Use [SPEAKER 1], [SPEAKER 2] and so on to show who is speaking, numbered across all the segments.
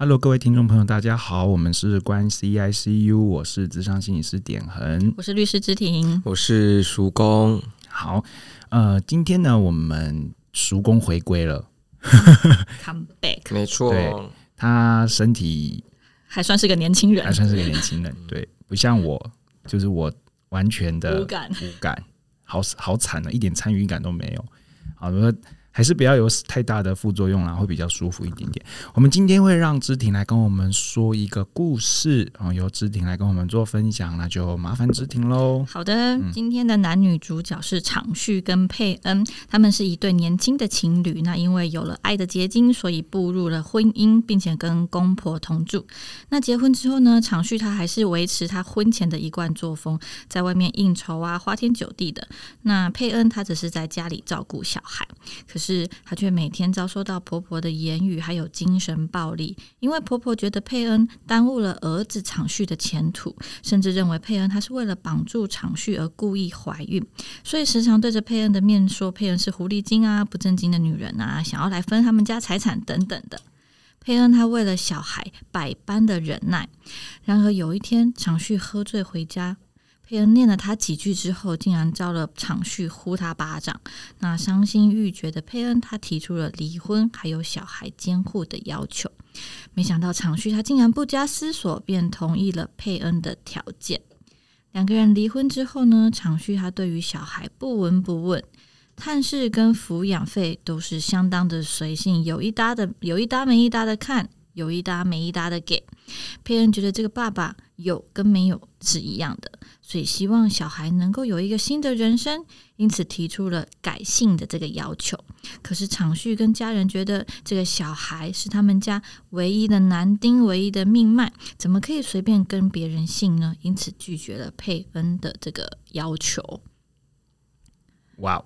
[SPEAKER 1] Hello，各位听众朋友，大家好，我们是关 CICU，我是智商心理师点恒。
[SPEAKER 2] 我是律师之庭，
[SPEAKER 3] 我是叔公，
[SPEAKER 1] 好，呃，今天呢，我们叔公回归了，
[SPEAKER 2] come back，
[SPEAKER 3] 没错，
[SPEAKER 1] 对他身体
[SPEAKER 2] 还算是个年轻
[SPEAKER 1] 还
[SPEAKER 2] 人，
[SPEAKER 1] 算是个年轻人，对，不像我，就是我完全的
[SPEAKER 2] 无感
[SPEAKER 1] 无感，好好惨啊，一点参与感都没有。好，我说还是不要有太大的副作用啦，会比较舒服一点点。我们今天会让芝婷来跟我们说一个故事，哦，由芝婷来跟我们做分享，那就麻烦芝婷喽。
[SPEAKER 2] 好的，今天的男女主角是长旭跟佩恩，他们是一对年轻的情侣。那因为有了爱的结晶，所以步入了婚姻，并且跟公婆同住。那结婚之后呢，长旭他还是维持他婚前的一贯作风，在外面应酬啊，花天酒地的。那佩恩她只是在家里照顾小孩，可是她却每天遭受到婆婆的言语还有精神暴力，因为婆婆觉得佩恩耽误了儿子长旭的前途，甚至认为佩恩她是为了绑住长旭而故意怀孕，所以时常对着佩恩的面说佩恩是狐狸精啊、不正经的女人啊，想要来分他们家财产等等的。佩恩她为了小孩百般的忍耐，然而有一天长旭喝醉回家，佩恩念了他几句之后，竟然遭了长旭呼他巴掌。那伤心欲绝的佩恩，她提出了离婚还有小孩监护的要求。没想到长旭他竟然不加思索便同意了佩恩的条件。两个人离婚之后呢，长旭他对于小孩不闻不问，探视跟抚养费都是相当的随性，有一搭的有一搭没一搭的看，有一搭没一搭的给。佩恩觉得这个爸爸有跟没有是一样的，所以希望小孩能够有一个新的人生，因此提出了改姓的这个要求。可是长旭跟家人觉得这个小孩是他们家唯一的男丁，唯一的命脉，怎么可以随便跟别人姓呢？因此拒绝了佩恩的这个要求。
[SPEAKER 1] 哇哦，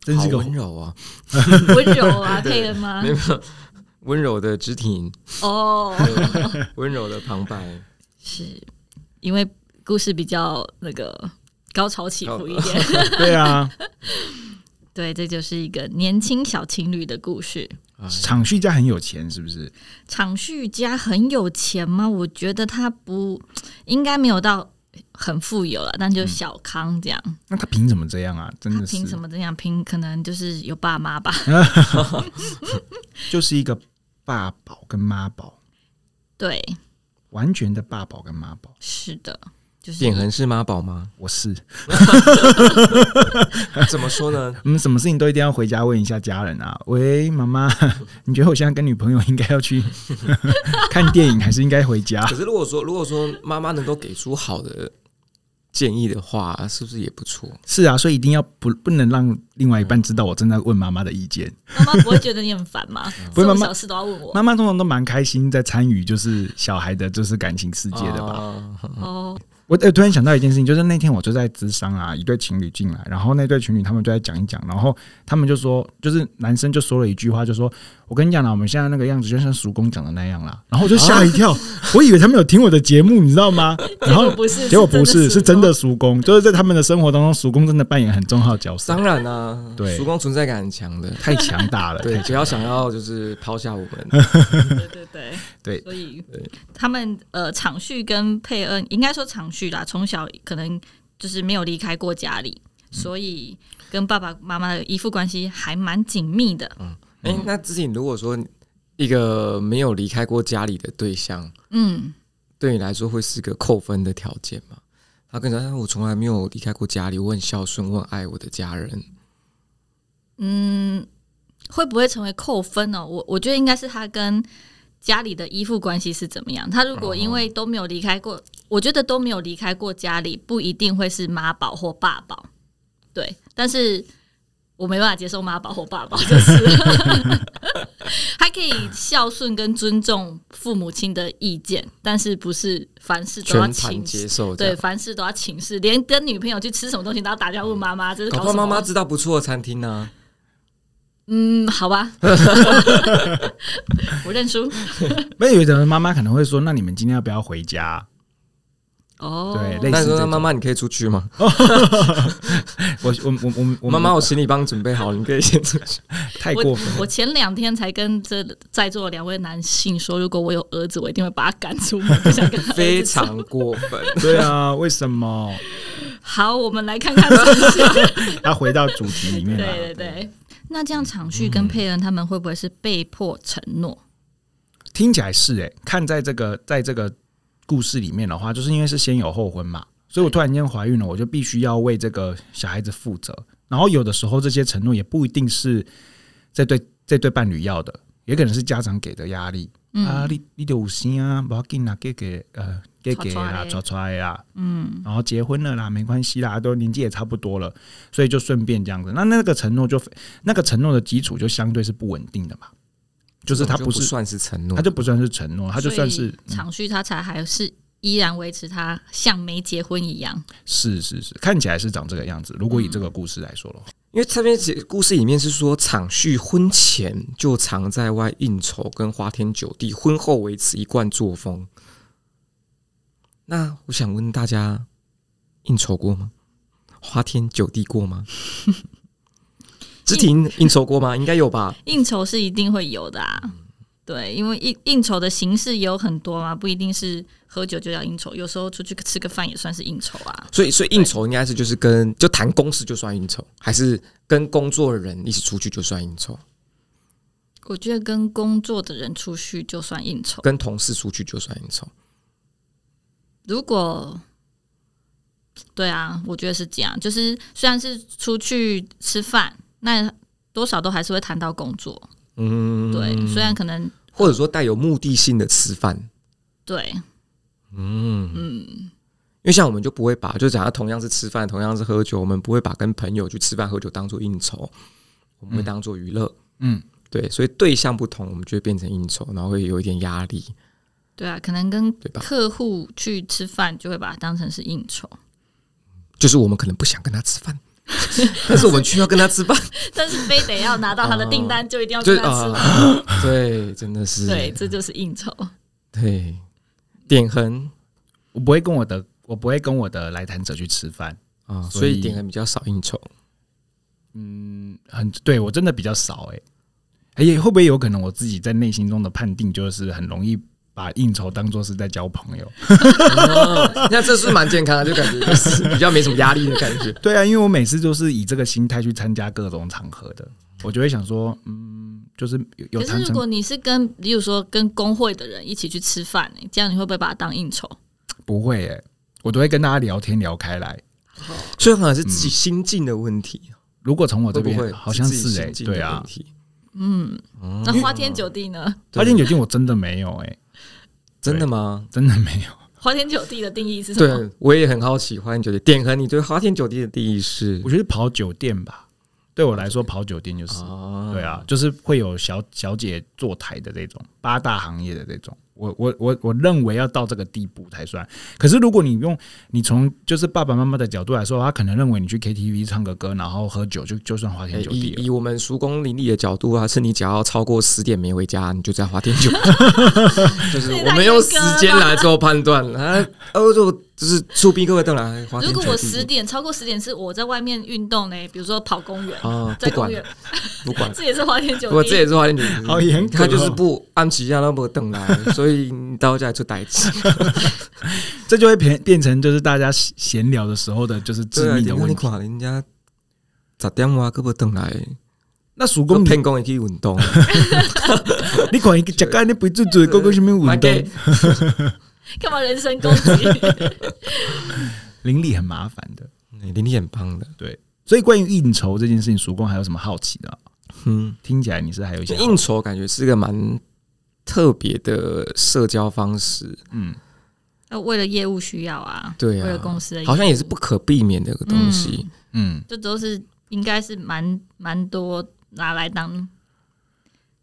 [SPEAKER 1] 真是
[SPEAKER 3] 好
[SPEAKER 1] 个
[SPEAKER 3] 温柔啊，
[SPEAKER 2] 温柔啊，佩恩吗
[SPEAKER 3] 没？有温柔的 肢体，
[SPEAKER 2] 哦，
[SPEAKER 3] 对温柔的旁白，
[SPEAKER 2] 是因为故事比较那个高潮起伏一点。
[SPEAKER 1] 对啊，
[SPEAKER 2] 对，这就是一个年轻小情侣的故事。
[SPEAKER 3] 哎
[SPEAKER 1] 长旭家很有钱，是不是？
[SPEAKER 2] 长旭家很有钱吗？我觉得他不应该没有到很富有了，但就小康这样。
[SPEAKER 1] 那他凭什么这样啊？真
[SPEAKER 2] 他
[SPEAKER 1] 的是
[SPEAKER 2] 凭什么这样？凭可能就是有爸妈吧。
[SPEAKER 1] 就是一个爸宝跟妈宝，
[SPEAKER 2] 对，
[SPEAKER 1] 完全的爸宝跟妈宝。
[SPEAKER 2] 是的，就是
[SPEAKER 3] 点恒是妈宝吗？
[SPEAKER 1] 我是，
[SPEAKER 3] 怎么说呢？
[SPEAKER 1] 我们嗯什么事情都一定要回家问一下家人啊。喂，妈妈， 你觉得我现在跟女朋友应该要去 看电影，还是应该回家？
[SPEAKER 3] 可是如果说如果说妈妈能够给出好的建议的话，是不是也不错？
[SPEAKER 1] 是啊，所以一定要不不能让另外一半知道我正在问妈妈的意见。
[SPEAKER 2] 妈妈不会觉得你很烦吗？
[SPEAKER 1] 不会
[SPEAKER 2] 这
[SPEAKER 1] 妈
[SPEAKER 2] 种
[SPEAKER 1] 妈
[SPEAKER 2] 小事都要问我
[SPEAKER 1] 妈妈通常都蛮开心在参与，就是小孩的就是感情世界的吧。
[SPEAKER 3] 啊
[SPEAKER 2] 哦。
[SPEAKER 1] 我呃突然想到一件事情，就是那天我就在咨商啊，一对情侣进来，然后那对情侣他们就在讲一讲，然后他们就说，就是男生就说了一句话，就说：“我跟你讲啦，我们现在那个样子就像叔公讲的那样啦。”然后我就吓一跳，我以为他们有听我的节目，你知道吗？然后
[SPEAKER 2] 结果不是
[SPEAKER 1] 结果不是，
[SPEAKER 2] 是哦
[SPEAKER 1] 是真 的叔公，就是在他们的生活当中，叔公真的扮演很重要的角色，
[SPEAKER 3] 当然啦，
[SPEAKER 1] 对
[SPEAKER 3] 叔公存在感很强的，
[SPEAKER 1] 太强大了。
[SPEAKER 3] 对，
[SPEAKER 1] 太
[SPEAKER 3] 不要想要就是抛下我 们，
[SPEAKER 2] 对对对
[SPEAKER 1] 对
[SPEAKER 2] 所以
[SPEAKER 3] 对
[SPEAKER 2] 他们呃，长旭跟佩恩，应该说长旭啦，从小可能就是没有离开过家里，所以跟爸爸妈妈的依附关系还蛮紧密的。
[SPEAKER 1] 嗯
[SPEAKER 3] 哎、那之前如果说一个没有离开过家里的对象，
[SPEAKER 2] 嗯，
[SPEAKER 3] 对你来说会是个扣分的条件吗？他跟你说，哎我从来没有离开过家里，我很孝顺，我很爱我的家人。
[SPEAKER 2] 嗯，会不会成为扣分呢、我我觉得应该是他跟家里的依附关系是怎么样。他如果因
[SPEAKER 3] 哦
[SPEAKER 2] 为都没有离开过，我觉得都没有离开过家里，不一定会是妈宝或爸宝。对，但是我没办法接受妈宝或爸宝，就是 了他可以孝顺跟尊重父母亲的意见，但是不是凡事都要
[SPEAKER 3] 全盘
[SPEAKER 2] 请示
[SPEAKER 3] 接。受这
[SPEAKER 2] 对，
[SPEAKER 3] 样，
[SPEAKER 2] 凡事都要请示，连跟女朋友去吃什么东西都要打电话问妈妈，这是
[SPEAKER 3] 搞
[SPEAKER 2] 搞
[SPEAKER 3] 不好
[SPEAKER 2] 什么啊
[SPEAKER 3] 妈妈知道不错的餐厅啊呢、
[SPEAKER 2] 嗯，好吧，我认输。
[SPEAKER 1] 不是有的人妈妈可能会说：“那你们今天要不要回家？”
[SPEAKER 2] 哦，
[SPEAKER 1] 对类似
[SPEAKER 3] 那你说那
[SPEAKER 1] 这种
[SPEAKER 3] 妈妈，你可以出去吗？
[SPEAKER 1] 我我我我我
[SPEAKER 3] 妈妈，我行李帮准备好了，你可以先出 去。
[SPEAKER 1] 太过分了。
[SPEAKER 2] 我我前两天才跟这在座的两位男性说，如果我有儿子，我一定会把他赶出 门，不想跟他儿子
[SPEAKER 3] 非
[SPEAKER 2] 住
[SPEAKER 3] 常过分。
[SPEAKER 1] 对啊，为什么？
[SPEAKER 2] 好。我们来 看看真相。
[SPEAKER 1] 要回到主题里面来。
[SPEAKER 2] 对对对。那这样长旭跟佩恩他们会不会是被迫承诺？
[SPEAKER 1] 听起来是哎、看在这个在这个故事里面的话，就是因为是先有后婚嘛，所以我突然间怀孕了，我就必须要为这个小孩子负责。然后有的时候这些承诺也不一定是这对这对伴侣要的，也可能是家长给的压力、
[SPEAKER 2] 嗯
[SPEAKER 1] 啊，你你就有心啊，不要紧啦，给给呃给给啦，抓
[SPEAKER 2] 抓
[SPEAKER 1] 抓啦，嗯，然后结婚了啦，没关系啦，都年纪也差不多了，所以就顺便这样子。那那个承诺就那个承诺的基础就相对是不稳定的嘛，哦就是它
[SPEAKER 3] 这种
[SPEAKER 1] 不
[SPEAKER 3] 就是算是承诺，
[SPEAKER 1] 他就不算是承诺，他就算是、嗯
[SPEAKER 2] 长旭，他才还是依然维持他像没结婚一样。
[SPEAKER 1] 是是是，看起来是长这个样子。如果以这
[SPEAKER 2] 嗯
[SPEAKER 1] 个故事来说的话，
[SPEAKER 3] 因为这边写故事里面是说，场序婚前就常在外应酬跟花天酒地，婚后维持一贯作风。那我想问大家，应酬过吗？花天酒地过吗？知婷应酬过吗？应该有吧。
[SPEAKER 2] 应酬是一定会有的啊，对，因为应应酬的形式也有很多嘛，不一定是喝酒就要应酬，有时候出去吃个饭也算是应酬啊。
[SPEAKER 3] 所以，所以应酬应该是就是跟就谈公事就算应酬，还是跟工作的人一起出去就算应酬，
[SPEAKER 2] 我觉得跟工作的人出去就算应酬，
[SPEAKER 3] 跟同事出去就算应酬。
[SPEAKER 2] 如果对啊，我觉得是这样，就是虽然是出去吃饭，那多少都还是会谈到工作，
[SPEAKER 3] 嗯，
[SPEAKER 2] 对，虽然可能
[SPEAKER 3] 或者说带有目的性的吃饭，
[SPEAKER 2] 对嗯
[SPEAKER 3] 因为像我们就不会把，就讲他啊同样是吃饭，同样是喝酒，我们不会把跟朋友去吃饭喝酒当做应酬，我们会当做娱乐。
[SPEAKER 1] 嗯，
[SPEAKER 3] 对，所以对象不同，我们就会变成应酬，然后会有一点压力，
[SPEAKER 2] 对啊，可能跟
[SPEAKER 3] 对吧
[SPEAKER 2] 客户去吃饭就会把它当成是应酬，
[SPEAKER 3] 就是我们可能不想跟他吃 饭，但是我们需要跟他吃饭，
[SPEAKER 2] 但是非得要拿到他的订单就一定要
[SPEAKER 3] 哦就
[SPEAKER 2] 跟
[SPEAKER 3] 是
[SPEAKER 2] 他吃饭，
[SPEAKER 3] 啊、对，真的是
[SPEAKER 2] 对，这就是应酬。
[SPEAKER 3] 对点恒
[SPEAKER 1] 我不会跟我的我不会跟我的来谈者去吃饭，
[SPEAKER 3] 啊，
[SPEAKER 1] 所
[SPEAKER 3] 所以
[SPEAKER 1] 以
[SPEAKER 3] 点恒比较少应酬，
[SPEAKER 1] 很对我真的比较少哎、哎、也会不会有可能我自己在内心中的判定就是很容易把应酬当做是在交朋友？
[SPEAKER 3] 那这是蛮健康的，就感觉就是比较没什么压力的 感觉。
[SPEAKER 1] 对啊，因为我每次都是以这个心态去参加各种场合的，我就会想说，嗯，就是有有
[SPEAKER 2] 可是
[SPEAKER 1] 谈
[SPEAKER 2] 如
[SPEAKER 1] 成
[SPEAKER 2] 果你是跟，比如说跟工会的人一起去吃饭、欸，这样你会不会把它当应酬？
[SPEAKER 1] 不会哎、我都会跟大家聊天聊开来。
[SPEAKER 3] 所以好像是自己心境的问题，
[SPEAKER 1] 如果从哦我这
[SPEAKER 3] 会不
[SPEAKER 1] 边
[SPEAKER 3] 会
[SPEAKER 1] 好像
[SPEAKER 3] 自己
[SPEAKER 1] 是哎、
[SPEAKER 3] 心境的
[SPEAKER 1] 对啊
[SPEAKER 3] 问，题哦
[SPEAKER 2] 那花天酒地呢？
[SPEAKER 1] 花天酒精我真的没有哎、
[SPEAKER 3] 真的吗？
[SPEAKER 1] 真的没有。
[SPEAKER 2] 花天酒地的定义 是什么？
[SPEAKER 3] 对， 我也很好奇花天酒地。点和你对花天酒地的定义是
[SPEAKER 1] 我觉得跑酒店吧，对我来说跑酒店就是，
[SPEAKER 3] 啊
[SPEAKER 1] 对啊，就是会有小小姐坐台的这种八大行业的这种，我我我我认为要到这个地步才算。可是如果你用你从就是爸爸妈妈的角度来说，他可能认为你去 KTV 唱个歌，然后喝酒就就算花
[SPEAKER 3] 诶
[SPEAKER 1] 天酒地啊
[SPEAKER 3] 以
[SPEAKER 1] 了。
[SPEAKER 3] 以我们叔公邻里的角度啊，是你只要超过十点没回家，你就在花 天酒地。就是我们用时间来做判断啊。欧洲就是出兵各位邓来哎花天
[SPEAKER 2] 如果
[SPEAKER 3] 酒地。
[SPEAKER 2] 我十点超过十点是我在外面运动呢，比如说跑公园，
[SPEAKER 3] 啊，
[SPEAKER 2] 在
[SPEAKER 3] 不
[SPEAKER 2] 公
[SPEAKER 3] 管
[SPEAKER 2] 园，
[SPEAKER 3] 不管，
[SPEAKER 2] 这也是花天酒地。
[SPEAKER 3] 我这也是花天酒地。
[SPEAKER 1] 好严格哦
[SPEAKER 3] 他就是不按时让那么邓来， 所以你到家出 代志。
[SPEAKER 1] 这就会变变成就是大家闲闲聊的时候的就是致
[SPEAKER 3] 对啊，
[SPEAKER 1] 命
[SPEAKER 3] 你
[SPEAKER 1] 的
[SPEAKER 3] 看
[SPEAKER 1] 问
[SPEAKER 3] 你
[SPEAKER 1] 题。
[SPEAKER 3] 看人家十点外胳膊邓来，
[SPEAKER 1] 那叔
[SPEAKER 3] 我
[SPEAKER 1] 公你，
[SPEAKER 3] 骗讲会去运动。
[SPEAKER 1] 你看一个吃干你不住嘴，搞个什么 运动？
[SPEAKER 2] 干嘛人身攻击？
[SPEAKER 1] 邻里很麻烦的。
[SPEAKER 3] 欸林立很棒的，
[SPEAKER 1] 所以关于应酬这件事情，叔公还有什么好奇的啊？
[SPEAKER 3] 嗯，
[SPEAKER 1] 听起来你是还有一些好奇
[SPEAKER 3] 应酬感觉是一个蛮特别的社交方式，
[SPEAKER 1] 嗯，
[SPEAKER 2] 呃为了业务需要啊，
[SPEAKER 3] 对啊
[SPEAKER 2] 为了公司的业务
[SPEAKER 3] 好像也是不可避免的一个东西。
[SPEAKER 1] 嗯，
[SPEAKER 2] 这都是应该是蛮蛮多拿来当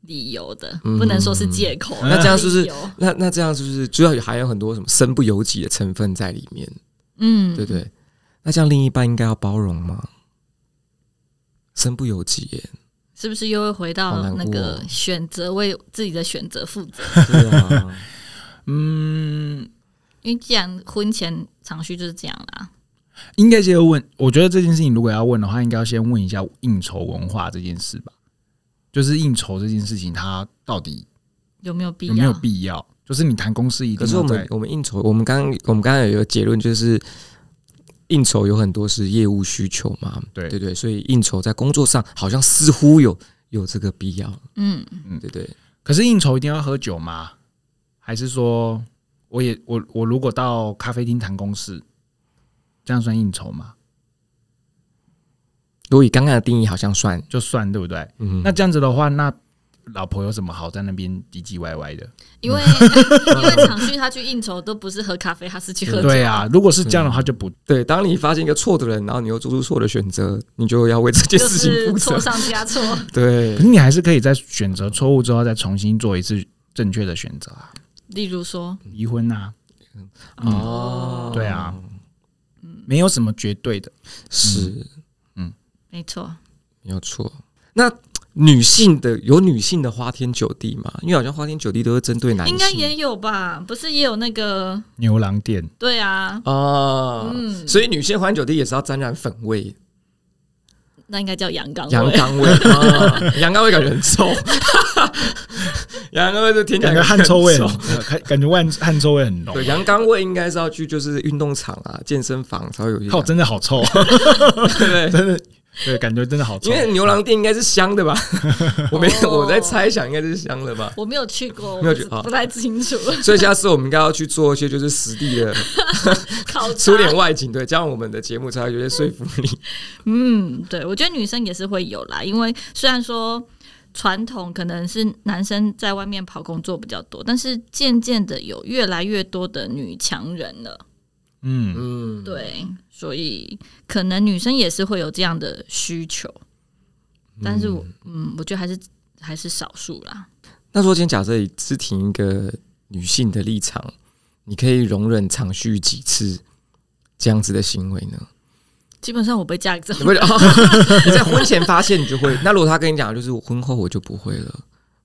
[SPEAKER 2] 理由的，
[SPEAKER 3] 嗯
[SPEAKER 2] 不能说是借口。
[SPEAKER 1] 嗯
[SPEAKER 3] 那这样是不是
[SPEAKER 2] 理由
[SPEAKER 3] 那那这样是不是就要还有很多什么身不由己的成分在里面，
[SPEAKER 2] 嗯，
[SPEAKER 3] 对不对？那这样另一半应该要包容吗？身不由己耶，
[SPEAKER 2] 是不是又会回
[SPEAKER 3] 好
[SPEAKER 2] 到
[SPEAKER 3] 难过
[SPEAKER 2] 那
[SPEAKER 3] 哦
[SPEAKER 2] 个 选择为自己的选择负责？
[SPEAKER 3] 对啊，
[SPEAKER 1] 嗯，
[SPEAKER 2] 因为既然婚前长序就是这样啦，
[SPEAKER 1] 应该先问，我觉得这件事情如果要问的话，应该要先问一下应酬文化这件事吧。就是应酬这件事情，它到底
[SPEAKER 2] 有没有必要？
[SPEAKER 1] 有没有必要？就是你谈公司一
[SPEAKER 3] 可
[SPEAKER 1] 定
[SPEAKER 3] 是
[SPEAKER 1] 要
[SPEAKER 3] 我们
[SPEAKER 1] 在
[SPEAKER 3] 我们应酬，我们刚我们刚刚有一个结论就是。应酬有很多是业务需求嘛，
[SPEAKER 1] 对
[SPEAKER 3] 对对，所以应酬在工作上好像似乎有有这个必要，
[SPEAKER 2] 嗯，
[SPEAKER 3] 对对，
[SPEAKER 1] 可是应酬一定要喝酒吗？还是说我也我我如果到咖啡厅谈公事，这样算应酬吗？
[SPEAKER 3] 如果以刚刚的定义，好像算，
[SPEAKER 1] 就算对不对？
[SPEAKER 3] 嗯，
[SPEAKER 1] 那这样子的话，那老婆有什么好在那边唧唧歪歪的？
[SPEAKER 2] 因为
[SPEAKER 3] 嗯
[SPEAKER 2] 因为长旭他去应酬都不是喝咖啡，他是去喝酒。
[SPEAKER 1] 对啊，，如果是这样的话，就不
[SPEAKER 3] 对，当你发现一个错的人，然后你又做出错的选择，你就要为这件
[SPEAKER 2] 就
[SPEAKER 3] 事情
[SPEAKER 2] 是
[SPEAKER 3] 负
[SPEAKER 2] 错
[SPEAKER 3] 责。
[SPEAKER 2] 上加错。
[SPEAKER 3] 对
[SPEAKER 1] 可，是你嗯还是可以在选择错误之后再重新做一次正确的选择啊，
[SPEAKER 2] 例如说，嗯
[SPEAKER 1] 离婚啊，
[SPEAKER 3] 哦
[SPEAKER 1] 对啊，嗯没有什么绝对的。
[SPEAKER 3] 是
[SPEAKER 2] 没错，
[SPEAKER 3] 没有错。那女性的有女性的花天酒地嘛？因为好像花天酒地都是针对男性，
[SPEAKER 2] 应该也有吧？不是也有那个？
[SPEAKER 1] 牛郎店
[SPEAKER 2] 对啊，
[SPEAKER 3] 啊，
[SPEAKER 2] 嗯，
[SPEAKER 3] 所以女性花天酒地也是要沾染粉味、
[SPEAKER 2] 那应该叫阳刚味。
[SPEAKER 3] 阳刚味啊，阳刚味感觉很臭， 阳刚味就听起来
[SPEAKER 1] 感觉汗臭味
[SPEAKER 3] 很
[SPEAKER 1] 很，感感觉汗汗臭味很浓
[SPEAKER 3] 对，。阳刚味应该是要去就是运动场啊、健身房才会有一些
[SPEAKER 1] 靠，
[SPEAKER 3] 阳，
[SPEAKER 1] 哦真的好臭，
[SPEAKER 3] 对 不对？
[SPEAKER 1] 真的 哦对，感觉真的好臭
[SPEAKER 3] 因。为牛郎店应该是 香的吧？我没，
[SPEAKER 1] 哦
[SPEAKER 3] 我在猜想应该是香的吧。
[SPEAKER 2] 我没有去过，我
[SPEAKER 3] 没有去
[SPEAKER 2] 不
[SPEAKER 3] 啊
[SPEAKER 2] 不太清 楚。
[SPEAKER 3] 所以下次我们应该要去做一些就是实地的
[SPEAKER 2] 考察
[SPEAKER 3] 出点外景，对，这样我们的节目才会有些说服力。
[SPEAKER 2] 嗯，对，我觉得女生也是会有啦，因为虽然说传统可能是男生在外面跑工作比较多，但是渐渐的有越来越多的女强人了，
[SPEAKER 1] 嗯，
[SPEAKER 3] 嗯，
[SPEAKER 2] 对，所以可能女生也是会有这样的需求，但是我嗯，我觉得还是还是少数啦。
[SPEAKER 3] 那如果今天假设以只挺一个女性的立场，你可以容忍长续几次这样子的行为呢？
[SPEAKER 2] 基本上我被嫁给这
[SPEAKER 3] 你
[SPEAKER 2] 种
[SPEAKER 3] 会、哦、你在婚前发现你就会。那如果他跟你讲，就是我婚后我就不会了，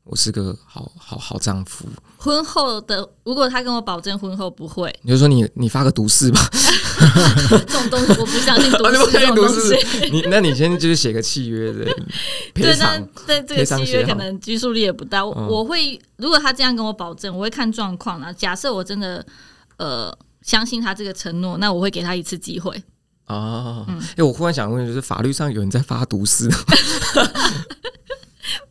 [SPEAKER 3] 我是个好好好丈夫，
[SPEAKER 2] 婚后的，如果他跟我保证婚后不会
[SPEAKER 3] 你就说你你发个毒誓吧。
[SPEAKER 2] 这种东西，我不 相信毒
[SPEAKER 3] 啊你不
[SPEAKER 2] 誓这
[SPEAKER 3] 可以
[SPEAKER 2] 种
[SPEAKER 3] 毒
[SPEAKER 2] 东
[SPEAKER 3] 誓
[SPEAKER 2] 西。
[SPEAKER 3] 你那你先就是写个契约 的赔
[SPEAKER 2] 对，那
[SPEAKER 3] 偿，
[SPEAKER 2] 在这
[SPEAKER 3] 赔
[SPEAKER 2] 个
[SPEAKER 3] 偿
[SPEAKER 2] 契约
[SPEAKER 3] 协
[SPEAKER 2] 可
[SPEAKER 3] 议
[SPEAKER 2] 能拘束力也不大。我
[SPEAKER 3] 嗯
[SPEAKER 2] 我会如果他这样跟我保证，我会看状况啦。假设我真的呃相信他这个承诺，那我会给他一次机会。
[SPEAKER 3] 哦。
[SPEAKER 2] 嗯
[SPEAKER 3] 哎、我忽然想问，就是法律上有人在发毒誓？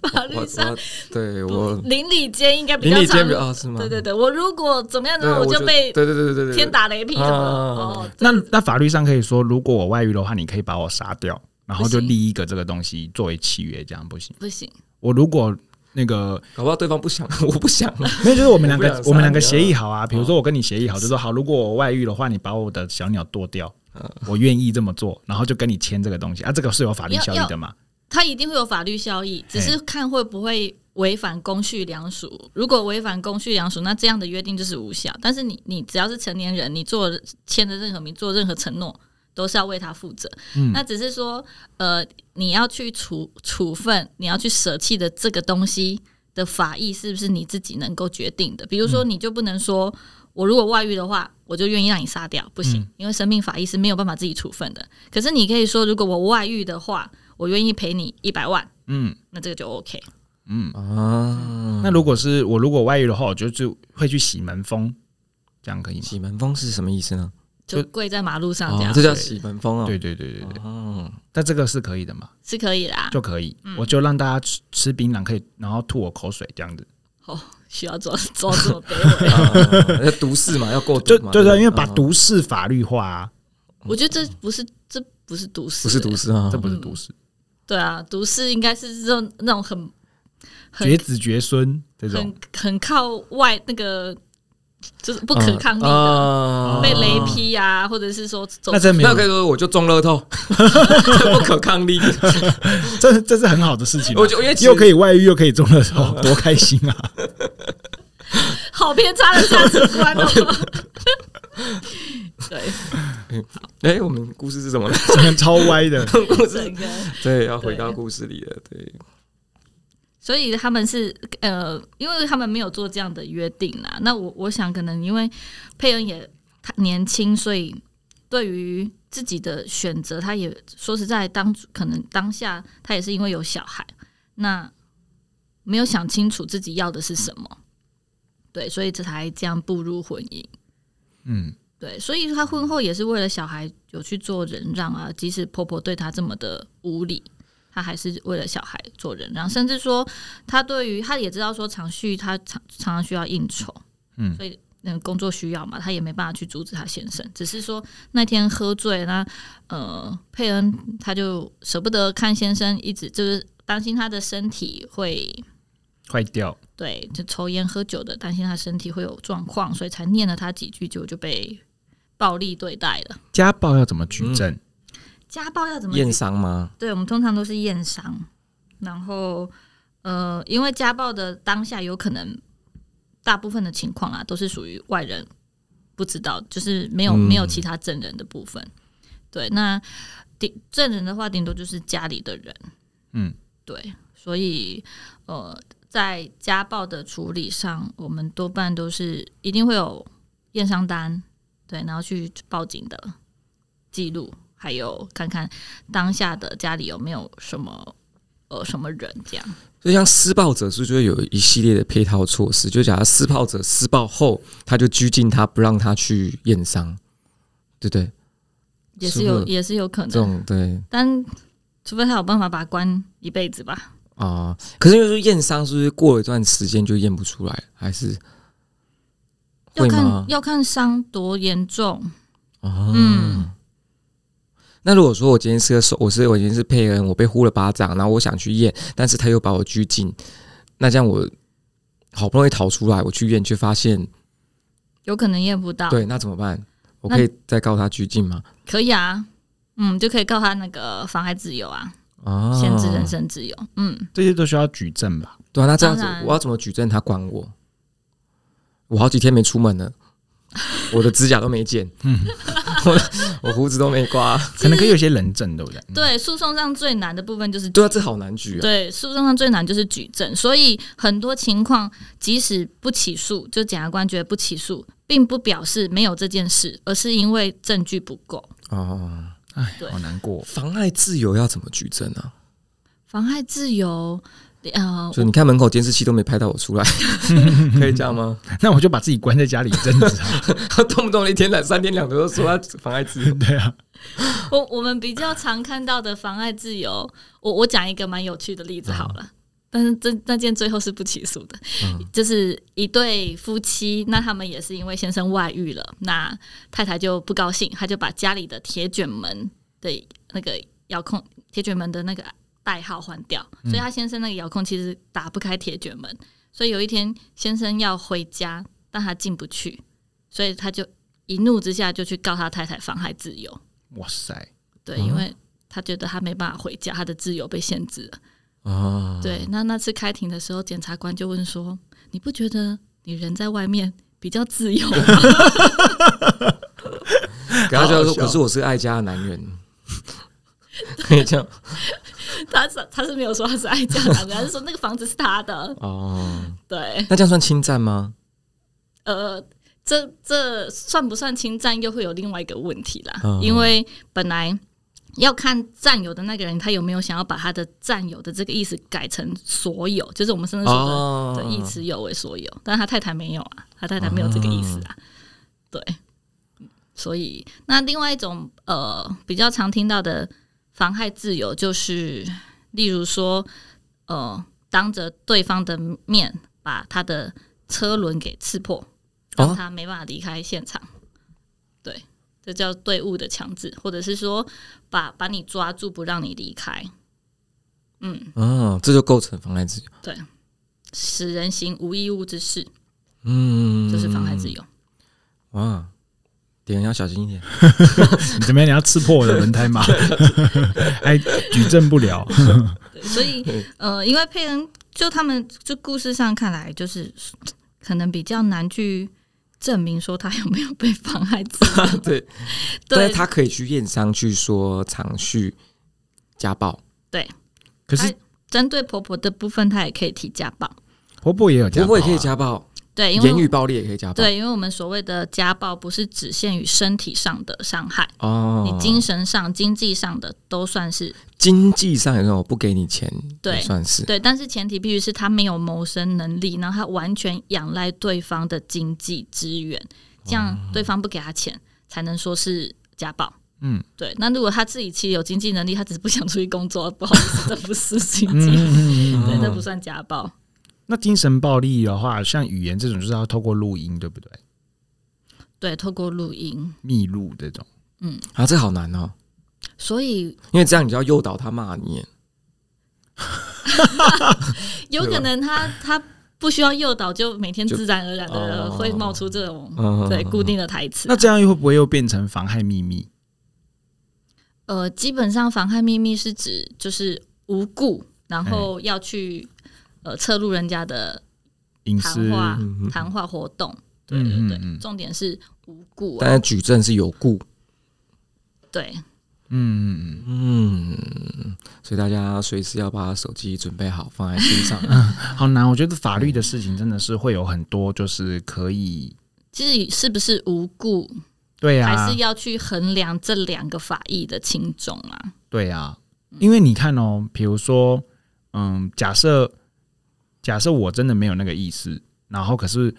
[SPEAKER 2] 法
[SPEAKER 3] 我
[SPEAKER 2] 律上
[SPEAKER 3] 我对我
[SPEAKER 2] 邻里间应该比
[SPEAKER 3] 邻
[SPEAKER 2] 较
[SPEAKER 3] 里
[SPEAKER 2] 常
[SPEAKER 3] 间比。哦是吗？
[SPEAKER 2] 对对对，我如果怎么样
[SPEAKER 3] 对
[SPEAKER 2] 的话，我
[SPEAKER 3] 就
[SPEAKER 2] 就被
[SPEAKER 3] 对对对对对对
[SPEAKER 2] 天打雷劈了。
[SPEAKER 3] 啊
[SPEAKER 2] 哦，
[SPEAKER 1] 那那法律上可以说，如果我外遇的话，你可以把我杀掉，然后就
[SPEAKER 2] 不行
[SPEAKER 1] 立一个这个东西作为契约，这样不行。
[SPEAKER 2] 不行，
[SPEAKER 1] 我如果那个
[SPEAKER 3] 搞不好对方不想， 我不想。
[SPEAKER 2] 啊
[SPEAKER 1] 没有，就是我们两
[SPEAKER 3] 我不
[SPEAKER 1] 个
[SPEAKER 3] 想杀
[SPEAKER 1] 我们两个
[SPEAKER 3] 你啊
[SPEAKER 1] 协议好啊，比如说我跟你协议好，就说好，如果我外遇的话，你把我的小鸟剁掉，
[SPEAKER 3] 嗯
[SPEAKER 1] 我愿意这么做，然后就跟你签这个东西啊，这个是有法律效益的嘛？
[SPEAKER 2] 他一定会有法律效益，只是看会不会违反公序良俗。如果违反公序良俗，那这样的约定就是无效。但是你你只要是成年人，你做签的任何名，做任何承诺，都是要为他负责。那只是说，呃，你要去处处分，你要去舍弃的这个东西的法益，是不是你自己能够决定的？比如说，你就不能说。我如果外遇的话，我就愿意让你杀掉，不行，因为生命法医是没有办法自己处分的。可是你可以说，如果我外遇的话，我愿意赔你一百万，
[SPEAKER 1] 嗯
[SPEAKER 2] 那这个就 OK。
[SPEAKER 1] 嗯。
[SPEAKER 3] 啊，
[SPEAKER 1] 那如果是我如果外遇的话，我就就会去洗门风，这样可以吗？
[SPEAKER 3] 洗门风是什么意思呢？
[SPEAKER 2] 就跪在马路上这
[SPEAKER 3] 哦
[SPEAKER 2] 样，，
[SPEAKER 3] 这叫洗门风哦。
[SPEAKER 1] 对对对对对，
[SPEAKER 3] 哦，
[SPEAKER 1] 但这个是可以的嘛？
[SPEAKER 2] 是可以啦。
[SPEAKER 1] 就可以，
[SPEAKER 3] 嗯
[SPEAKER 1] 我就让大家吃吃槟榔，可以然后吐我口水这样子。
[SPEAKER 3] 嗯
[SPEAKER 2] 哦，需要做 做这么卑 微，
[SPEAKER 3] 啊要毒誓嘛，要够毒
[SPEAKER 1] 就
[SPEAKER 3] 嘛。
[SPEAKER 1] 对
[SPEAKER 3] 不
[SPEAKER 1] 对，因为把
[SPEAKER 3] 啊
[SPEAKER 1] 毒誓法律化啊，
[SPEAKER 2] 我觉得这不是这不是毒誓，
[SPEAKER 3] 嗯不是毒，誓啊
[SPEAKER 1] 这，不是毒誓，
[SPEAKER 2] 对啊，毒誓应该是这种那种很很
[SPEAKER 1] 绝子绝孙这种
[SPEAKER 2] 很。很靠外那个，就是不
[SPEAKER 3] 不
[SPEAKER 2] 可抗力的，
[SPEAKER 3] 啊
[SPEAKER 2] 被雷劈啊，或者是说走
[SPEAKER 1] 那这没
[SPEAKER 3] 那可以
[SPEAKER 1] 有，
[SPEAKER 3] 说我就中乐 透，这不可抗力。
[SPEAKER 1] 这这是很好的事情啊。
[SPEAKER 3] 我就因为其实
[SPEAKER 1] 又可以外遇，又可以中乐透， 多开心啊！
[SPEAKER 2] 好偏差的价值 观哦。 对，
[SPEAKER 3] 哎、我们故事是怎么来？
[SPEAKER 1] 整个超歪的。
[SPEAKER 3] 故事
[SPEAKER 2] 整个，
[SPEAKER 3] 对，要回到故事里了。对，
[SPEAKER 2] 所以他们是呃，因为他们没有做这样的约定啦。那我我想可能因为佩恩也他年轻，所以对于自己的选择，他也说实在当可能当下他也是因为有小孩，那没有想清楚自己要的是什么，对，所以这才这样步入婚姻。
[SPEAKER 1] 嗯，
[SPEAKER 2] 对，所以她婚后也是为了小孩有去做忍让啊，即使婆婆对她这么的无理，她还是为了小孩做忍让，甚至说她对于她也知道说长旭她常常常需要应酬，
[SPEAKER 1] 嗯
[SPEAKER 2] 所以嗯工作需要嘛，她也没办法去阻止她先生，只是说那天喝醉，那呃佩恩她就舍不得看先生，一直就是担心他的身体会
[SPEAKER 1] 坏掉，
[SPEAKER 2] 对，就抽烟喝酒的，担心他身体会有状况，所以才念了他几句，就就被暴力对待了。
[SPEAKER 1] 家暴要怎么举证？
[SPEAKER 2] 家暴要怎么去？
[SPEAKER 3] 验伤吗？
[SPEAKER 2] 对，我们通常都是验伤，然后呃，因为家暴的当下有可能大部分的情况啊，都是属于外人不知道，就是没有、
[SPEAKER 3] 嗯
[SPEAKER 2] 没有其他证人的部分。对，那顶证人的话，顶多就是家里的人。
[SPEAKER 1] 嗯，
[SPEAKER 2] 对，所以呃，在家暴的处理上，我们多半都是一定会有验伤单，对，然后去报警的记录，还有看看当下的家里有没有什么呃什么人这样。
[SPEAKER 3] 就像施暴者是不是就会有一系列的配套措施？就假如施暴者施暴后，他就拘禁他，不让他去验伤，对不对？
[SPEAKER 2] 也是
[SPEAKER 3] 是
[SPEAKER 2] 有，
[SPEAKER 3] 会
[SPEAKER 2] 也是有可
[SPEAKER 3] 这
[SPEAKER 2] 能，
[SPEAKER 3] 种对
[SPEAKER 2] 但除非他有办法把他关一辈子吧。
[SPEAKER 3] 啊、可是就是验伤，是不是过了一段时间就验不出来，还是
[SPEAKER 2] 要
[SPEAKER 3] 会
[SPEAKER 2] 看
[SPEAKER 3] 吗？
[SPEAKER 2] 要看伤多严重，
[SPEAKER 3] 哦，
[SPEAKER 2] 嗯
[SPEAKER 3] 那如果说我今天是个受，我是我今天是佩恩，我被呼了巴掌，然后我想去验，但是他又把我拘禁，那这样我好不容易逃出来，我去验却发现，
[SPEAKER 2] 有可能验不到。
[SPEAKER 3] 对，那怎么办？我可以再告他拘禁吗？
[SPEAKER 2] 可以啊，嗯，就可以告他那个妨害自由啊，
[SPEAKER 3] 啊，
[SPEAKER 2] 限制人身自由。嗯，
[SPEAKER 1] 这些都需要举证吧？
[SPEAKER 3] 对啊，那这样子
[SPEAKER 2] 当然
[SPEAKER 3] 我要怎么举证他管我？我好几天没出门了，我的指甲都没剪， 我我胡子都没刮，
[SPEAKER 1] 可能可以有一些人证，对不对？
[SPEAKER 2] 对，诉讼上最难的部分就是
[SPEAKER 3] 对啊，这好难举啊。
[SPEAKER 2] 对诉讼上最难就是举证，所以很多情况即使不起诉，就检察官觉得不起诉，并不表示没有这件事，而是因为证据不够。
[SPEAKER 3] 哦，
[SPEAKER 1] 哎
[SPEAKER 2] 对，
[SPEAKER 1] 好难过。
[SPEAKER 3] 妨碍自由要怎么举证啊？
[SPEAKER 2] 妨害自由，呃，
[SPEAKER 3] 就你看门口监视器都没拍到我出来， 可以这样吗？
[SPEAKER 1] 那我就把自己关在家里一阵 子啊。
[SPEAKER 3] 他动不动一天两三天两头都说他妨碍自由。
[SPEAKER 1] 对啊，
[SPEAKER 2] 我我们比较常看到的妨碍自由，我我讲一个蛮有趣的例子好了。但是这那件最后是不起诉的，就是一对夫妻，那他们也是因为先生外遇了，那太太就不高兴，她就把家里的铁卷门的那个遥控铁卷门的那个代号换掉，所以她先生那个遥控器是打不开铁卷门，所以有一天先生要回家，但他进不去，所以他就一怒之下就去告他太太妨害自由。
[SPEAKER 1] 哇塞，
[SPEAKER 2] 对，因为他觉得他没办法回家，他的自由被限制了。
[SPEAKER 3] 啊，
[SPEAKER 2] 对，那那次开庭的时候，检察官就问说：“你不觉得你人在外面比较自由 吗
[SPEAKER 3] 给他就要
[SPEAKER 1] 好
[SPEAKER 3] 说，
[SPEAKER 1] 好笑
[SPEAKER 3] 可是我是个爱家的男人， 可以这样？”
[SPEAKER 2] 他是他是没有说他是爱家男人，他是说那个房子是他的。
[SPEAKER 3] 哦。
[SPEAKER 2] 对，
[SPEAKER 3] 那这样算侵占吗？
[SPEAKER 2] 呃，这这算不算侵占，又会有另外一个问题啦，
[SPEAKER 3] 嗯
[SPEAKER 2] 因为本来。要看占有的那个人，他有没有想要把他的占有的这个意思改成所有，就是我们甚至说的
[SPEAKER 3] 哦
[SPEAKER 2] 对，以此有为所有，但他太太没有啊，他太太没有这个意思
[SPEAKER 3] 嗯
[SPEAKER 2] 啊，对，所以那另外一种呃比较常听到的妨害自由，就是例如说呃当着对方的面把他的车轮给刺破，
[SPEAKER 3] 哦
[SPEAKER 2] 让他没办法离开现场，对，这叫对物的强制，或者是说把把你抓住不让你离开，嗯，
[SPEAKER 3] 嗯，这就构成妨碍自由。
[SPEAKER 2] 使人行无义务之事，
[SPEAKER 3] 嗯，
[SPEAKER 2] 就是妨害自由。
[SPEAKER 3] 哇，点要小心一点。。
[SPEAKER 1] 你怎么样？你要刺破我的轮胎吗？哎，举证不了。
[SPEAKER 2] 对所以呃，因为佩恩就他们就故事上看来，就是可能比较难去证明说他有没有被妨害自由
[SPEAKER 3] 对，但
[SPEAKER 2] 对
[SPEAKER 3] 是他可以去验伤去说长旭家暴。
[SPEAKER 1] 可是
[SPEAKER 2] 哎针对婆婆的部分，她也可以提家暴。
[SPEAKER 1] 婆婆也有家暴、啊，
[SPEAKER 3] 不过也可以家暴，
[SPEAKER 2] 对，因为
[SPEAKER 3] 言语暴力也可以家暴。
[SPEAKER 2] 对，因为我们所谓的家暴不是只限于身体上的伤害，
[SPEAKER 3] 哦，
[SPEAKER 2] 你精神上、经济上的都算是
[SPEAKER 3] 经济上有那种不给你钱，
[SPEAKER 2] 对
[SPEAKER 3] 也算是
[SPEAKER 2] 对，但是前提必须是他没有谋生能力，然后他完全仰赖对方的经济资源，这
[SPEAKER 3] 哦
[SPEAKER 2] 样对方不给他钱，才能说是家暴。
[SPEAKER 1] 嗯
[SPEAKER 2] 对，那如果他自己其实有经济能力，他只是不想出去工作，不好意思，这不是经
[SPEAKER 1] 嗯
[SPEAKER 2] 济，
[SPEAKER 1] 嗯嗯嗯。
[SPEAKER 2] 对，这不算家暴。
[SPEAKER 1] 那精神暴力的话，像语言这种，就是要透过录音，对不对？
[SPEAKER 2] 对，透过录音，
[SPEAKER 1] 密录这种，
[SPEAKER 3] 啊，这好难哦，
[SPEAKER 2] 所以
[SPEAKER 3] 因为这样你就要诱导他骂你，
[SPEAKER 2] 有可能他他不需要诱导，就每天
[SPEAKER 3] 就
[SPEAKER 2] 自然而然的
[SPEAKER 3] 哦
[SPEAKER 2] 会冒出这种、
[SPEAKER 3] 嗯，
[SPEAKER 2] 对固定的台词。
[SPEAKER 1] 那这样又会不会又变成妨害秘密？
[SPEAKER 2] 呃，基本上妨害秘密是指就是无故，然
[SPEAKER 1] 哎
[SPEAKER 2] 后要去呃侧录人家的
[SPEAKER 1] 隐
[SPEAKER 2] 谈
[SPEAKER 1] 私？
[SPEAKER 2] 话
[SPEAKER 3] 嗯嗯嗯
[SPEAKER 2] 谈话活动。对对对，
[SPEAKER 1] 嗯嗯嗯
[SPEAKER 2] 重点是无故、啊。
[SPEAKER 3] 但是举证是有故，
[SPEAKER 2] 对
[SPEAKER 1] 嗯嗯
[SPEAKER 3] 嗯，所以大家随时要把手机准备好，放在心上。
[SPEAKER 1] 嗯，好难。我觉得法律的事情真的是会有很多，就是可以
[SPEAKER 2] 至于是不是无故，
[SPEAKER 1] 对啊
[SPEAKER 3] 啊
[SPEAKER 1] 呀、
[SPEAKER 2] 还是要去衡量这两个法益的轻重啊。
[SPEAKER 1] 对啊，因为你看哦，比如说，嗯，假设假设我真的没有那个意思，然后可是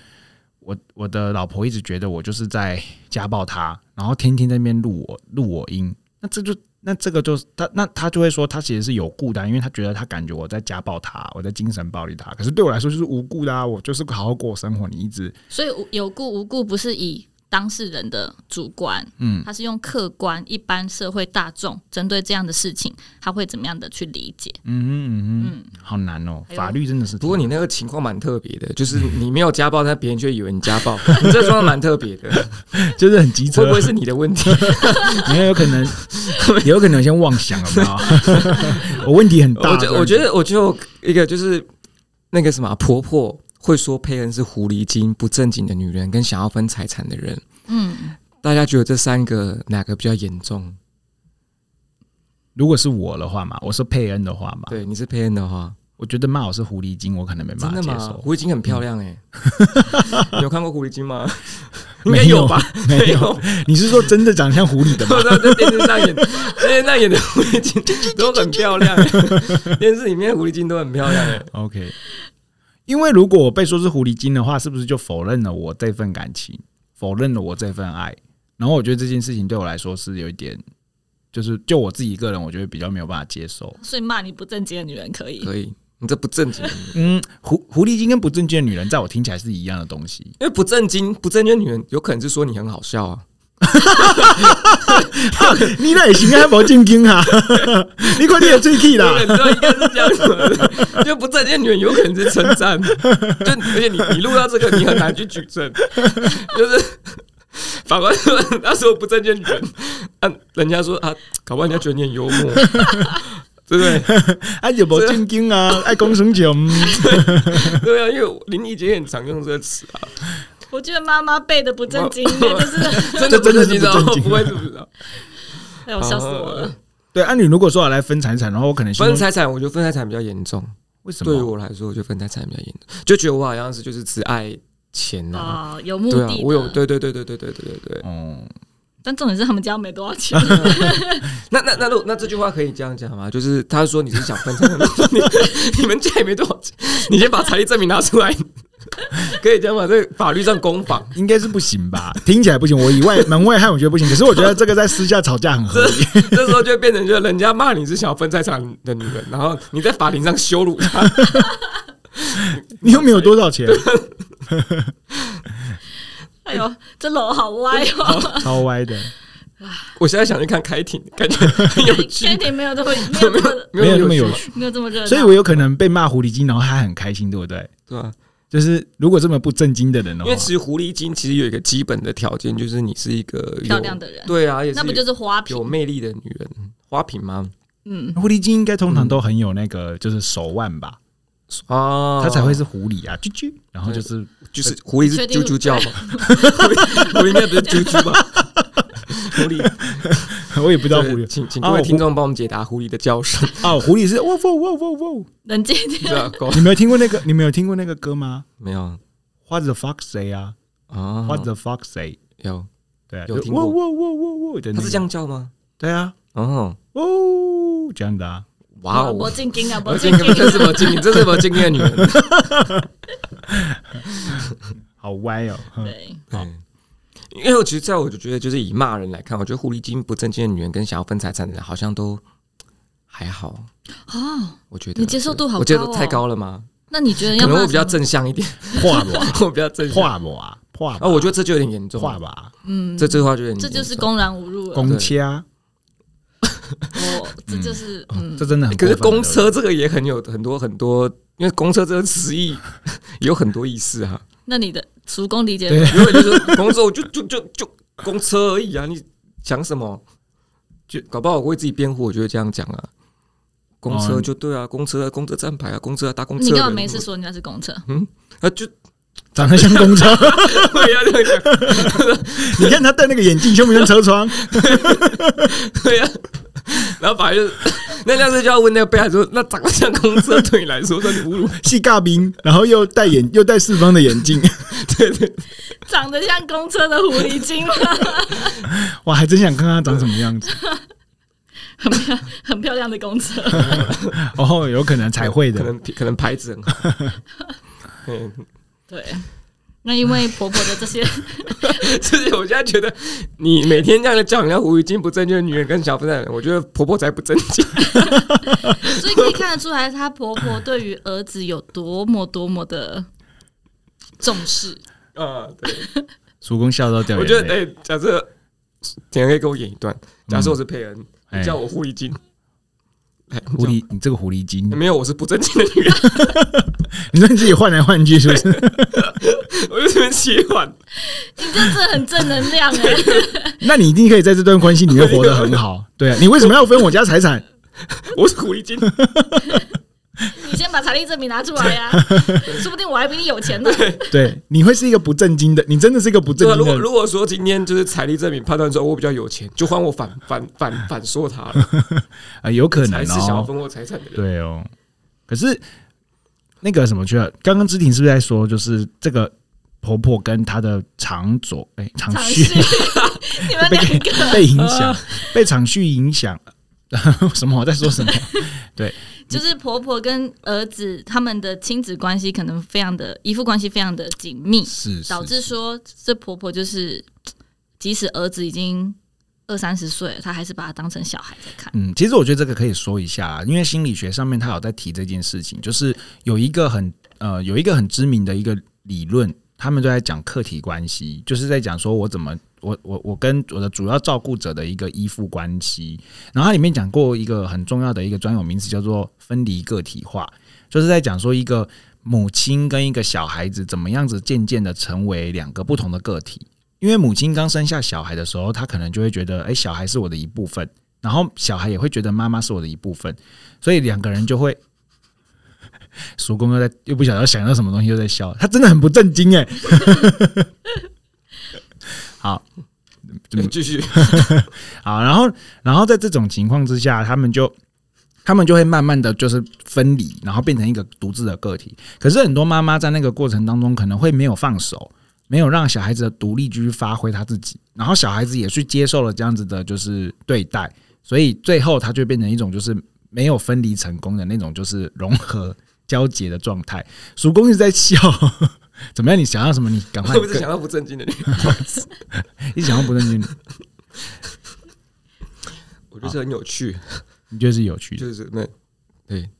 [SPEAKER 1] 我我的老婆一直觉得我就是在家暴她，然后天天在那边录我录我音，那这就那这个就是她那她就会说她其实是有故的啊、因为她觉得她感觉我在家暴她，我在精神暴力她，可是对我来说就是无故的啊，我就是好好过生活，你一直
[SPEAKER 2] 所以无有故无故不是以当事人的主观，
[SPEAKER 1] 嗯
[SPEAKER 2] 他是用客观一般社会大众针对这样的事情，他会怎么样的去理解？
[SPEAKER 1] 嗯嗯嗯，
[SPEAKER 2] 嗯，
[SPEAKER 1] 好难哦，
[SPEAKER 3] 哎
[SPEAKER 2] 还有
[SPEAKER 1] 法律真的是挺，
[SPEAKER 3] 不过你那个情况蛮特别的，就是你没有家暴，但别人却以为你家暴， 你这状况蛮特别的，
[SPEAKER 1] 就是很急车，
[SPEAKER 3] 会不会是你的问题？
[SPEAKER 1] 没有，有可能， 有可能有 些妄想，好不好？我问题很大。
[SPEAKER 3] 我觉我觉得，我就一个就是那个什么婆婆会说佩恩是狐狸精、不正经的女人，跟想要分财产的人，
[SPEAKER 2] 嗯，
[SPEAKER 3] 大家觉得这三个哪个比较严重？
[SPEAKER 1] 如果是我的话嘛，我是佩恩的话嘛，
[SPEAKER 3] 对，你是佩恩的话，
[SPEAKER 1] 我觉得骂我是狐狸精，我可能没办
[SPEAKER 3] 真
[SPEAKER 1] 法
[SPEAKER 3] 的
[SPEAKER 1] 接
[SPEAKER 3] 吗？
[SPEAKER 1] 受。
[SPEAKER 3] 狐狸精很漂亮 哎、你有看过狐狸精吗？应
[SPEAKER 1] 没
[SPEAKER 3] 该
[SPEAKER 1] 有
[SPEAKER 3] 吧？
[SPEAKER 1] 没有
[SPEAKER 3] 有，
[SPEAKER 1] 你是说真的长像狐狸的 吗？
[SPEAKER 3] 我在电视上演，电视上演的狐狸 精都很漂亮、欸电视里面狐狸精都很漂亮、欸。
[SPEAKER 1] OK，因为如果我被说是狐狸精的话，是不是就否认了我这份感情，否认了我这份爱？然后我觉得这件事情对我来说是有一点，就是就我自己个人，我觉得比较没有办法接受。
[SPEAKER 2] 所以骂你不正经的女人可以。
[SPEAKER 3] 可以，你这不正经，
[SPEAKER 1] 嗯，狐狐狸精跟不正经的女人，在我听起来是一样的东西。
[SPEAKER 3] 因为不正经、不正经的女人有可能是说你很好笑啊。
[SPEAKER 1] 你那也行啊，无正经 啊，你看你的喙齿啦
[SPEAKER 3] 对，。你知道应该是这样子的， 就不正经的女人有可能是称赞，就而且你你录到这个，你很难去举证，就是法官说那时候不正经的女人，啊，人家说啊，搞不好人家觉得你很幽默，对不对？
[SPEAKER 1] 啊，就无正经 啊，爱讲生笑。嗯
[SPEAKER 3] 对啊，因为我林怡姐也很常用这个词啊，
[SPEAKER 2] 我觉得妈妈背的不正经一点， 就是
[SPEAKER 3] 真的
[SPEAKER 1] 这真的是
[SPEAKER 3] 你知道
[SPEAKER 1] 不正啊经
[SPEAKER 3] 不会是不知道，
[SPEAKER 2] 哎呦，笑死我了。
[SPEAKER 1] 对，啊，你如果说我来分财产，然后我可能心
[SPEAKER 3] 分
[SPEAKER 1] 中
[SPEAKER 3] 财产，我觉得分财产比较严重，
[SPEAKER 1] 为什
[SPEAKER 3] 对于
[SPEAKER 1] 么？
[SPEAKER 3] 我来说，我觉得分财产比较严重，就觉得我好像是就是只爱钱呐、啊。
[SPEAKER 2] 哦，有目
[SPEAKER 3] 对
[SPEAKER 2] 的
[SPEAKER 3] 啊
[SPEAKER 2] 的，
[SPEAKER 3] 我有对对对对对对对对对，
[SPEAKER 1] 哦，
[SPEAKER 2] 但重点是他们家没多少 钱，
[SPEAKER 3] 那那那如那这句话可以这样讲吗？就是他说你是想分财产， 你你们家也没多少钱，你先把财力证明拿出来， 可以这样吗？这法律上公法，
[SPEAKER 1] 应该是不行吧？听起来不行，我以 外门外汉我觉得不行。可是我觉得这个在私下吵架很合 理。
[SPEAKER 3] 这时候就会变成就是人家骂你是想要分财产的女人，然后你在法庭上羞辱她。
[SPEAKER 1] 你又没有多少钱，
[SPEAKER 2] 哎呦，这楼好歪 哦。
[SPEAKER 1] 超歪的。
[SPEAKER 3] 我现在想去看开庭，感觉很有趣，
[SPEAKER 2] 天庭没有这么没有这么
[SPEAKER 1] 没有那么有
[SPEAKER 3] 趣，
[SPEAKER 2] 没有这么热闹，
[SPEAKER 1] 所以我有可能被骂狐狸精，然后他很开心，对不对？
[SPEAKER 3] 对吧？
[SPEAKER 1] 就是如果这么不正经的人的
[SPEAKER 3] 因
[SPEAKER 1] 话
[SPEAKER 3] 为，其实狐狸精其实有一个基本的条件，就是你是一个有
[SPEAKER 2] 漂亮的人
[SPEAKER 3] 对啊，也是
[SPEAKER 2] 那不就是花瓶
[SPEAKER 3] 有？魅力的女人。花瓶吗？
[SPEAKER 2] 嗯，
[SPEAKER 1] 狐狸精应该通常都很有那个，就是手腕吧，
[SPEAKER 3] 啊，
[SPEAKER 1] 他才会是狐狸啊，啾啾。然后就是
[SPEAKER 3] 就是狐狸是 啾 啾叫吗？狐狸狐狸应该不是啾啾吧？狐狸
[SPEAKER 1] 我也不知道狐
[SPEAKER 3] 对
[SPEAKER 1] 狸
[SPEAKER 3] 请请
[SPEAKER 1] 啊
[SPEAKER 3] 各位
[SPEAKER 1] 我
[SPEAKER 3] 听众帮我们解答狐狸的叫声，
[SPEAKER 1] 哦，狐狸是哇哇哇哇哇！
[SPEAKER 2] 冷静一
[SPEAKER 3] 你
[SPEAKER 2] 点。
[SPEAKER 3] 知道狗
[SPEAKER 1] 你没有听过那个？你没有听过那个歌吗
[SPEAKER 3] 没有
[SPEAKER 1] ？What the fuck say 啊
[SPEAKER 3] 啊？
[SPEAKER 1] ？What the fuck say？
[SPEAKER 3] 有，
[SPEAKER 1] 对啊，
[SPEAKER 3] 有
[SPEAKER 1] 就
[SPEAKER 3] 听
[SPEAKER 1] 哇
[SPEAKER 3] 过
[SPEAKER 1] 哇哇哇哇的那
[SPEAKER 3] 它
[SPEAKER 1] 个
[SPEAKER 3] 是这样叫吗？
[SPEAKER 1] 对啊，
[SPEAKER 3] 哦，
[SPEAKER 1] 哦，这样的啊。
[SPEAKER 3] 哇哦，
[SPEAKER 2] 我进京啊，我
[SPEAKER 3] 我
[SPEAKER 2] 进
[SPEAKER 3] 这
[SPEAKER 2] 京。
[SPEAKER 3] 这是我经，这是我经验 女人。
[SPEAKER 1] 好歪哦！哼
[SPEAKER 2] 对，
[SPEAKER 1] 好
[SPEAKER 3] 因为我其实在我就觉得，就是以骂人来看，我觉得狐狸精、不正经的女人跟想要分财产的人好像都还好。
[SPEAKER 2] 哦，
[SPEAKER 3] 我觉得
[SPEAKER 2] 你接受度好高哦
[SPEAKER 3] 我觉得太高了吗？
[SPEAKER 2] 那你觉得
[SPEAKER 3] 可
[SPEAKER 2] 要
[SPEAKER 3] 能
[SPEAKER 2] 骂
[SPEAKER 3] 我比较
[SPEAKER 2] 什么？
[SPEAKER 3] 正向一点，
[SPEAKER 1] 画吧，
[SPEAKER 3] 我比较正向。
[SPEAKER 1] 画吧，画吧
[SPEAKER 3] 啊，我觉得这就有点严重。
[SPEAKER 1] 画吧，
[SPEAKER 2] 嗯，
[SPEAKER 3] 这这句话就有点严
[SPEAKER 2] 这
[SPEAKER 3] 重，
[SPEAKER 2] 就是公然侮辱了。
[SPEAKER 1] 公车，
[SPEAKER 2] 我这就是
[SPEAKER 3] 哦
[SPEAKER 2] 嗯
[SPEAKER 1] 这，真的很
[SPEAKER 3] 可
[SPEAKER 1] 过分。
[SPEAKER 3] 是公
[SPEAKER 1] 对不
[SPEAKER 3] 车这个也很有很多很多，因为公车这个词义有很多意思 哈、
[SPEAKER 2] 那你的叔公理解
[SPEAKER 1] 对
[SPEAKER 3] 因为就是公车，我就就就就公车而已啊，你想什么？就搞不好我为自己辩护，我就会这样讲啊。公车
[SPEAKER 1] 哦
[SPEAKER 3] 就对啊，公车公车站牌啊，公车啊搭公车的
[SPEAKER 2] 你
[SPEAKER 3] 人。
[SPEAKER 2] 干嘛没事说人家是公厕？
[SPEAKER 3] 啊？就啊
[SPEAKER 1] 对长得像公车，
[SPEAKER 3] 我也要这样讲，
[SPEAKER 1] 你看他戴那个眼镜，像不像车 窗？
[SPEAKER 3] 对啊。然后反正就是 那辆车就要问那个被害人说：“那长得像公车对你来说算侮辱
[SPEAKER 1] 细尬兵，然后又戴眼又戴四方的眼镜，
[SPEAKER 2] 长得像公车的狐狸精吗？
[SPEAKER 1] 哇，还真想看看他长什么样子。
[SPEAKER 2] 很漂很漂亮的公车，
[SPEAKER 1] 哦，有可能才会
[SPEAKER 3] 可
[SPEAKER 1] 的。
[SPEAKER 3] 能可能牌子很好。 嗯，
[SPEAKER 2] 对。那因为婆婆的这 些，
[SPEAKER 3] 就是我现在觉得，你每天这样的叫人家狐狸精不正经的女人跟小笨蛋，我觉得婆婆才不正经。
[SPEAKER 2] 所以可以看得出来，她婆婆对于儿子有多么多么的重视。
[SPEAKER 3] 啊，对，
[SPEAKER 1] 叔公笑到掉
[SPEAKER 3] 我
[SPEAKER 1] 眼
[SPEAKER 3] 觉
[SPEAKER 1] 泪。
[SPEAKER 3] 得，哎、假设简可以给我演一段，假设我是佩恩，
[SPEAKER 1] 哎
[SPEAKER 3] 你叫我狐狸精，哎，你
[SPEAKER 1] 狐狸，你这个狐狸精
[SPEAKER 3] 叫，没有，我是不正经的女人，
[SPEAKER 1] 你说你自己换来换去是不是？
[SPEAKER 3] 我就这边切换，
[SPEAKER 2] 你这真的很正能量哎、
[SPEAKER 1] 那你一定可以在这段关系里面活得很好。对啊，你为什么要分我家财产？
[SPEAKER 3] 我是狐狸精，
[SPEAKER 2] 你先把财力证明拿出来 呀、说不定我还比你有钱呢。
[SPEAKER 1] 对，你会是一个不正经的，你真的是一个不正
[SPEAKER 3] 对啊，
[SPEAKER 1] 经
[SPEAKER 3] 如
[SPEAKER 1] 的
[SPEAKER 3] 果
[SPEAKER 1] 人。
[SPEAKER 3] 如果说今天就是财力证明判断说哦我比较有钱，就换我反反反反 说他了，
[SPEAKER 1] 啊，有可能
[SPEAKER 3] 才是想要
[SPEAKER 1] 哦。
[SPEAKER 3] 分我财产的人，
[SPEAKER 1] 对哦，可是那个什么去了？刚刚知婷是不是在说，就是这个婆婆跟她的长左哎、长
[SPEAKER 2] 尝
[SPEAKER 1] 旭 哦
[SPEAKER 2] 试你们
[SPEAKER 1] 被
[SPEAKER 2] 两个，
[SPEAKER 1] 被影响，被长旭影响。 什么？我在说什么？
[SPEAKER 2] 就是婆婆跟儿子他们的亲子关系可能非常的依附关系非常的紧密，
[SPEAKER 1] 是是
[SPEAKER 2] 导致说这婆婆就是，即使儿子已经二三十岁了，她还是把他当成小孩在 看。
[SPEAKER 1] 嗯，其实我觉得这个可以说一下啦，因为心理学上面他有在提这件事情，就是有一个很呃有一个很知名的一个理论，他们都在讲客体关系，就是在讲说我怎么我我我跟我的主要照顾者的一个依附关系。然后它里面讲过一个很重要的一个专有名词，叫做分离个体化，就是在讲说一个母亲跟一个小孩子怎么样子渐渐的成为两个不同的个体。因为母亲刚生下小孩的时候，她可能就会觉得，哎、小孩是我的一部分。然后小孩也会觉得妈妈是我的一部分，所以两个人就会。 叔公又在又不晓得想到什么东西，又在笑，他真的很不正经哎、 好
[SPEAKER 3] 对， 继续，
[SPEAKER 1] 好，然后然后在这种情况之下，他们就他们就会慢慢的就是分离，然后变成一个独自的个体。可是很多妈妈在那个过程当中，可能会没有放手，没有让小孩子的独立继续发挥他自己，然后小孩子也去接受了这样子的，就是对待，所以最后他就变成一种就是没有分离成功的那种，就是融合交结的状态。叔公一直在笑， 怎么样？你想要什么？你赶快
[SPEAKER 3] 我一直想要不正经的女人，
[SPEAKER 1] 一直想要不 正经，
[SPEAKER 3] 我觉得这很有趣，
[SPEAKER 1] 你觉得是有趣的。
[SPEAKER 3] 就是那对，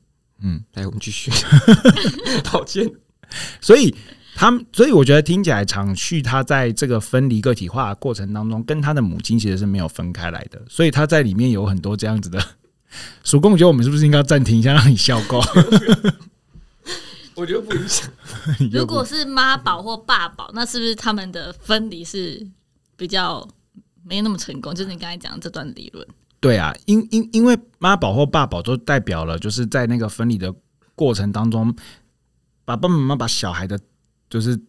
[SPEAKER 1] 嗯，
[SPEAKER 3] 来我们 继续，抱歉。
[SPEAKER 1] 所以他们，所以我觉得听起来长旭他在这个分离个体化的过程当中，跟他的母亲其实是没有分开来的，所以他在里面有很多这样子的。 叔公，我觉得我们是不是应该暂停一下，让你笑够？
[SPEAKER 3] 我觉得不影响。
[SPEAKER 1] 你就
[SPEAKER 2] 如果是妈宝或爸宝，那是不是他们的分离是比较没那么成功？就是你刚才讲的这段理论，
[SPEAKER 1] 对啊，因因因为妈宝或爸宝都代表了，就是在那个分离的过程当中，爸爸妈妈把小孩的，就是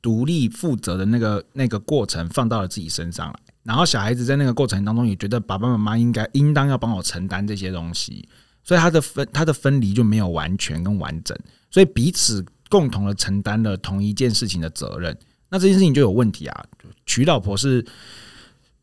[SPEAKER 1] 独立负责的那个那个过程放到了自己身上来，然后小孩子在那个过程当中也觉得爸爸妈妈应该应当要帮我承担这些东西，所以他的分他的分离就没有完全跟完整，所以彼此共同的承担了同一件事情的责任。那这件事情就有问题啊！娶老婆是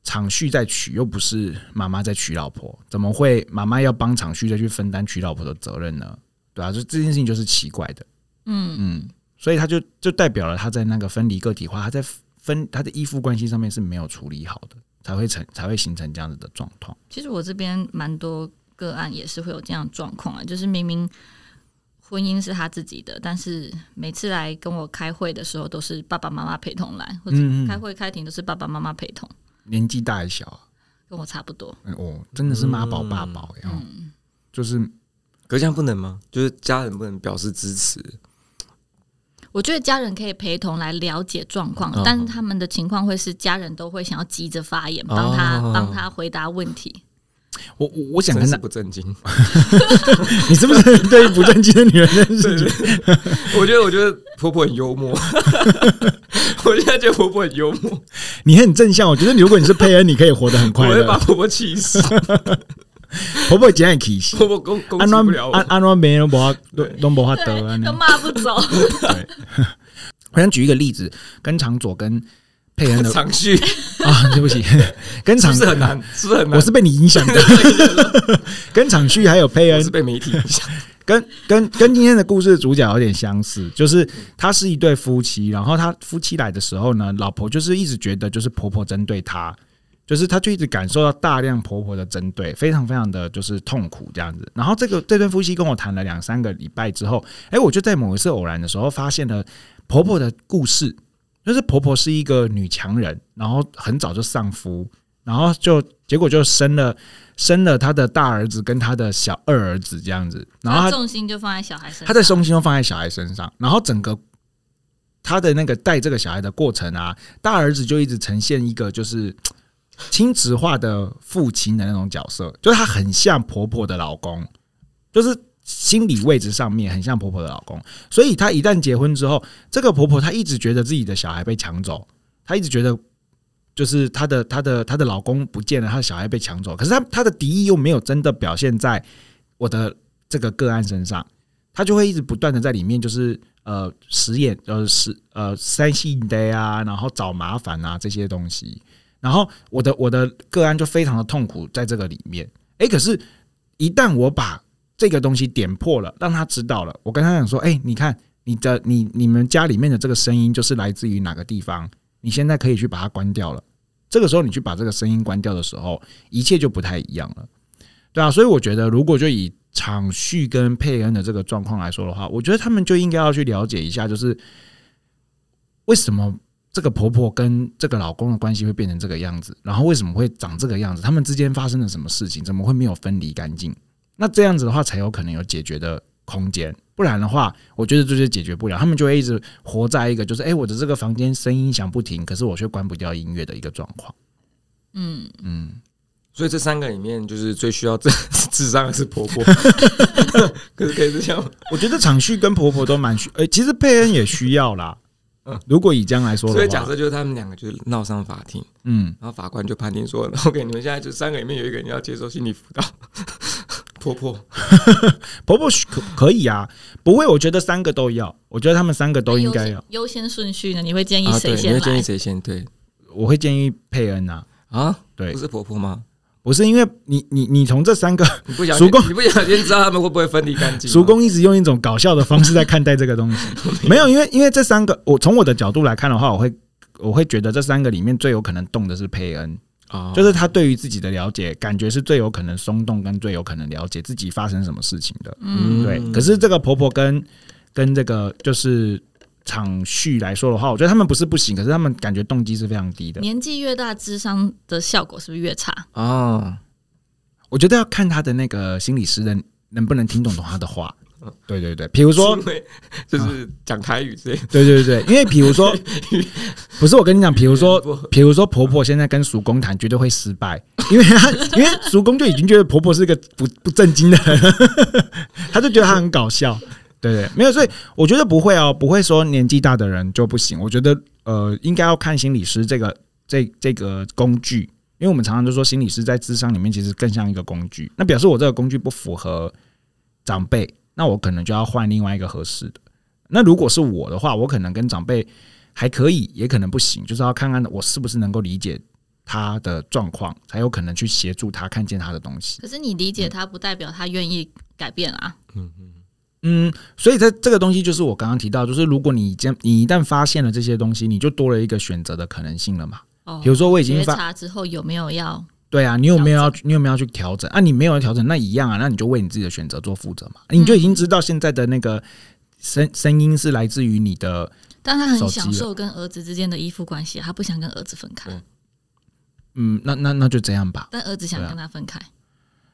[SPEAKER 1] 厂旭在娶，又不是妈妈在娶老婆，怎么会妈妈要帮厂旭再去分担娶老婆的责任呢？对啊，就这件事情就是奇怪的。
[SPEAKER 2] 嗯，
[SPEAKER 1] 嗯，所以他就就代表了他在那个分离个体化，他在分他的依附关系上面是没有处理好的，才会成才会形成这样子的状况。
[SPEAKER 2] 其实我这边蛮多个案也是会有这样的状况啊，就是明明婚姻是他自己的，但是每次来跟我开会的时候都是爸爸妈妈陪同来，或者
[SPEAKER 1] 嗯
[SPEAKER 2] 开
[SPEAKER 1] 嗯，
[SPEAKER 2] 会开庭都是爸爸妈妈陪同，
[SPEAKER 1] 年纪大还小啊，
[SPEAKER 2] 跟我差不多。
[SPEAKER 1] 嗯哦，真的是妈宝爸宝呀，哦
[SPEAKER 2] 嗯，
[SPEAKER 1] 就是
[SPEAKER 3] 可这样不能吗？就是家人不能表示支持，
[SPEAKER 2] 我觉得家人可以陪同来了解状况，
[SPEAKER 3] 哦
[SPEAKER 2] 但是他们的情况会是家人都会想要急着发言，帮他
[SPEAKER 3] 哦
[SPEAKER 2] 帮他回答问题。
[SPEAKER 1] 我我我想
[SPEAKER 3] 真
[SPEAKER 1] 跟
[SPEAKER 3] 是
[SPEAKER 1] 他，
[SPEAKER 3] 不正经。
[SPEAKER 1] 你是不是对于不正经的女人认识？
[SPEAKER 3] 我觉得，我觉得婆婆很 幽默，我现在觉得婆婆很幽默，
[SPEAKER 1] 你很正向，我觉得如果你是佩恩，你可以活得很
[SPEAKER 3] 我
[SPEAKER 1] 快
[SPEAKER 3] 会把
[SPEAKER 1] 乐。
[SPEAKER 3] 婆婆气死，
[SPEAKER 1] 婆婆今天气死，
[SPEAKER 3] 婆婆攻攻
[SPEAKER 1] 安
[SPEAKER 3] 击
[SPEAKER 1] 安
[SPEAKER 3] 不了
[SPEAKER 1] 安
[SPEAKER 3] 我。
[SPEAKER 1] 安安别人不好，都
[SPEAKER 3] 对
[SPEAKER 1] 都不好得啊那
[SPEAKER 2] 对，都
[SPEAKER 1] 样。
[SPEAKER 2] 骂不走。
[SPEAKER 1] 我想举一个例子，跟长佐跟佩恩的
[SPEAKER 3] 长旭是
[SPEAKER 1] 啊， 对不 起，跟长
[SPEAKER 3] 不是很难？是不是很
[SPEAKER 1] 嗯
[SPEAKER 3] 难
[SPEAKER 1] 我？是被你影响 的，跟厂旭还有佩
[SPEAKER 3] 我
[SPEAKER 1] 恩
[SPEAKER 3] 是，被媒体影响。
[SPEAKER 1] 跟跟跟今天的故事主角有点相似，就是他是一对夫妻，然后他夫妻来的时候呢，老婆就是一直觉得就是婆婆针对她，就是她就一直感受到大量婆婆的针对，非常非常的就是痛苦这样子。然后这个这对夫妻跟我谈了两三个礼拜之后，哎，我就在某一次偶然的时候发现了婆婆的故事，就是婆婆是一个女强人，然后很早就丧夫，然后就结果就生了生了她的大儿子跟她的小二儿子这样子，然后
[SPEAKER 2] 他
[SPEAKER 1] 她
[SPEAKER 2] 重心就放在小孩身上。
[SPEAKER 1] 他的重心都放在小孩身上，然后整个他的那个带这个小孩的过程啊，大儿子就一直呈现一个就是嘖亲职化的父亲的那种角色，就是他很像婆婆的老公，就是心理位置上面很像婆婆的老公，所以她一旦结婚之后，这个婆婆她一直觉得自己的小孩被抢走，她一直觉得。就是她的她的她的老公不见了，她的小孩被抢走，可是她她的敌意又没有真的表现在我的这个个案身上，他就会一直不断的在里面，就是呃实验呃实呃三性 day 啊，然后找麻烦啊这些东西。然后我的我的个案就非常的痛苦在这个里面。诶，可是，一旦我把这个东西点破了，让他知道了，我跟他讲说，诶，你看你的你你们家里面的这个声音就是来自于哪个地方，你现在可以去把它关掉了。这个时候你去把这个声音关掉的时候，一切就不太一样了。对啊，所以我觉得，如果就以场序跟佩恩的这个状况来说的话，我觉得他们就应该要去了解一下，就是为什么这个婆婆跟这个老公的关系会变成这个样子，然后为什么会长这个样子，他们之间发生了什么事情，怎么会没有分离干净？那这样子的话，才有可能有解决的空间。不然的话，我觉得这就解决不了。他们就会一直活在一个就是，哎、我的这个房间声音响不停，可是我却关不掉音乐的一个状况。
[SPEAKER 2] 嗯，
[SPEAKER 1] 嗯，
[SPEAKER 3] 所以这三个里面，就是最需要智 智商的是婆 婆。可是可以是这样吗，
[SPEAKER 1] 我觉得长旭跟婆婆都蛮需，呃、其实佩恩也需要啦
[SPEAKER 3] 嗯。
[SPEAKER 1] 如果以这样来说
[SPEAKER 3] 所以
[SPEAKER 1] 的
[SPEAKER 3] 假
[SPEAKER 1] 话，
[SPEAKER 3] 设就是他们两个就是闹上法庭，
[SPEAKER 1] 嗯，
[SPEAKER 3] 然后法官就判定说，OK，你们现在就三个里面有一个人要接受心理辅导。婆婆
[SPEAKER 1] 婆婆许可可以啊，不会，我觉得三个都要，我觉得他们三个都应
[SPEAKER 2] 哎
[SPEAKER 1] 该要。
[SPEAKER 2] 优先顺序呢？你会建议
[SPEAKER 3] 啊，对，
[SPEAKER 2] 谁
[SPEAKER 3] 你
[SPEAKER 2] 先
[SPEAKER 3] 会建议
[SPEAKER 2] 来？
[SPEAKER 3] 谁先？对
[SPEAKER 1] 我会建议佩恩啊，
[SPEAKER 3] 啊，
[SPEAKER 1] 对
[SPEAKER 3] 不，是婆婆吗？
[SPEAKER 1] 不是因为你你你从这 三个
[SPEAKER 3] 你不想
[SPEAKER 1] 叔公
[SPEAKER 3] 你不想先知道他们会不会分离干净吗？
[SPEAKER 1] 叔公一直用一种搞笑的方式在看待这个 东西，没有，因为因为这三个，我从我的角度来看的话，我会我会觉得这三个里面最有可能动的是佩恩，
[SPEAKER 3] 啊，
[SPEAKER 1] 就是他对于自己的了解，感觉是最有可能松动跟最有可能了解自己发生什么事情的。
[SPEAKER 2] 嗯，
[SPEAKER 1] 对，可是这个婆婆跟跟这个就是场序来说的话，我觉得他们不是不行，可是他们感觉动机是非常低的。
[SPEAKER 2] 年纪越大，智商的效果是不是越差？
[SPEAKER 3] 啊，
[SPEAKER 1] 我觉得要看他的那个心理师能能不能听懂他的话。对对对，比如
[SPEAKER 3] 我
[SPEAKER 1] 说， 啊
[SPEAKER 3] 就是讲台语这
[SPEAKER 1] 对对对，因为比如说，不是我跟你讲，比如说
[SPEAKER 3] 不，
[SPEAKER 1] 比如说婆婆现在跟叔公谈绝对会失败，因为她因为叔公就已经觉得婆婆是个不不正经的人，他就觉得她很搞笑。对对，没有，所以我觉得不会哦，不会说年纪大的人就不行。我觉得呃，应该要看心理师这个这这个工具因为我们常常就说心理师在智商里面其实更像一个工具，那表示我这个工具不符合长辈，那我可能就要换另外一个合适的。那如果是我的话，我可能跟长辈还可以，也可能不行，就是要看看我是不是能够理解他的状况，才有可能去协助他看见他的东西。
[SPEAKER 2] 可是你理解他，不代表他愿意改变啊。
[SPEAKER 3] 嗯嗯，
[SPEAKER 1] 嗯，所以在这个东西就是我刚刚提到，就是如果你已经你一旦发现了这些东西，你就多了一个选择的可能性了嘛。
[SPEAKER 2] 哦
[SPEAKER 1] 比，如说我已经
[SPEAKER 2] 觉
[SPEAKER 1] 发
[SPEAKER 2] 察之后有没有要？
[SPEAKER 1] 对啊，你有没有要
[SPEAKER 2] 调
[SPEAKER 1] 你有没有要去调整啊？你没有要调整，那一样啊，那你就为你自己的选择做负责嘛。你就已经知道现在的那个声声音是来自于你的，
[SPEAKER 2] 但他
[SPEAKER 1] 手
[SPEAKER 2] 很
[SPEAKER 1] 机
[SPEAKER 2] 享
[SPEAKER 1] 了
[SPEAKER 2] 受跟儿子之间的依附关系，他不想跟儿子分
[SPEAKER 1] 哦
[SPEAKER 2] 开，
[SPEAKER 3] 嗯
[SPEAKER 1] 嗯，那那那就这样吧，
[SPEAKER 2] 但儿子想
[SPEAKER 1] 对啊
[SPEAKER 2] 跟他分开。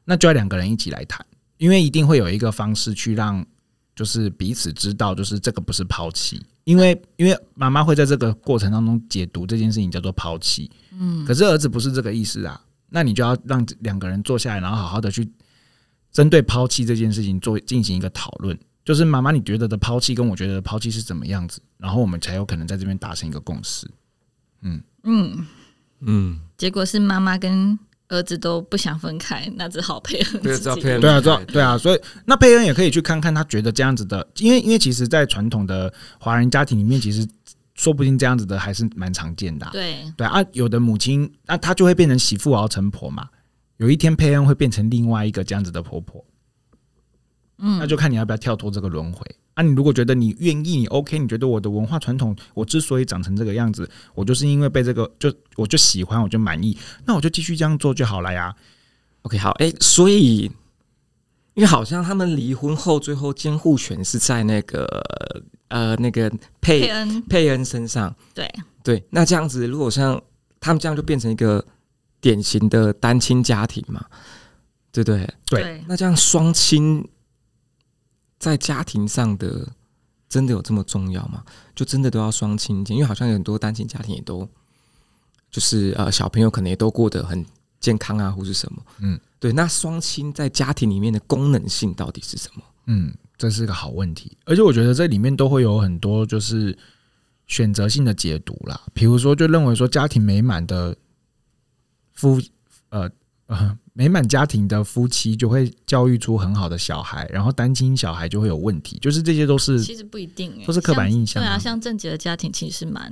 [SPEAKER 1] 那就要两个人一起来谈，因为一定会有一个方式去让就是彼此知道，就是这个不是抛弃，因为因为妈妈会在这个过程当中解读这件事情叫做抛弃，嗯，可是儿子不是这个意思啊，那你就要让两个人坐下来，然后好好的去针对抛弃这件事情做进行一个讨论，就是妈妈你觉得的抛弃跟我觉得的抛弃是怎么样子，然后我们才有可能在这边达成一个共识。
[SPEAKER 2] 嗯，
[SPEAKER 3] 嗯，
[SPEAKER 2] 结果是妈妈跟儿子都不想分开，那只好配合
[SPEAKER 3] 对，
[SPEAKER 2] 自
[SPEAKER 3] 照
[SPEAKER 2] 己。
[SPEAKER 3] 片
[SPEAKER 1] 对啊，对啊，对啊，所以那佩恩也可以去看看，他觉得这样子的，因为因为其实，在传统的华人家庭里面，其实说不定这样子的还是蛮常见的啊、
[SPEAKER 2] 对，
[SPEAKER 1] 对啊，啊有的母亲，那、她就会变成媳妇熬成婆嘛。有一天，佩恩会变成另外一个这样子的婆婆，
[SPEAKER 2] 嗯，
[SPEAKER 1] 那就看你要不要跳脱这个轮回。啊，你如果觉得你愿意，你 OK，你觉得我的文化传统，我之所以长成这个样子，我就是因为被这个就我就喜欢，我就满意，那我就继续这样做就好了呀。
[SPEAKER 3] OK，好，哎、所以因为好像他们离婚后，最后监护权是在那个呃那个
[SPEAKER 2] 佩
[SPEAKER 3] 佩
[SPEAKER 2] 恩
[SPEAKER 3] 佩恩身上。
[SPEAKER 2] 对
[SPEAKER 3] 对，那这样子，如果像他们这样，就变成一个典型的单亲家庭嘛，对不对？
[SPEAKER 1] 对
[SPEAKER 3] 那这样双亲在家庭上的真的有这么重要吗？就真的都要双亲因为好像有很多单亲家庭也都就是呃小朋友可能也都过得很健康啊，或是什么，
[SPEAKER 1] 嗯，
[SPEAKER 3] 对。那双亲在家庭里面的功能性到底是什么？
[SPEAKER 1] 嗯，这是个好问题，而且我觉得这里面都会有很多就是选择性的解读啦，比如说就认为说家庭美满的夫呃呃美满家庭的夫妻就会教育出很好的小孩，然后单亲小孩就会有问题，就是这些都是
[SPEAKER 2] 其实不一定、欸，
[SPEAKER 1] 都是刻板印象
[SPEAKER 2] 像对
[SPEAKER 1] 啊
[SPEAKER 2] 啊，像郑杰的家庭其实蛮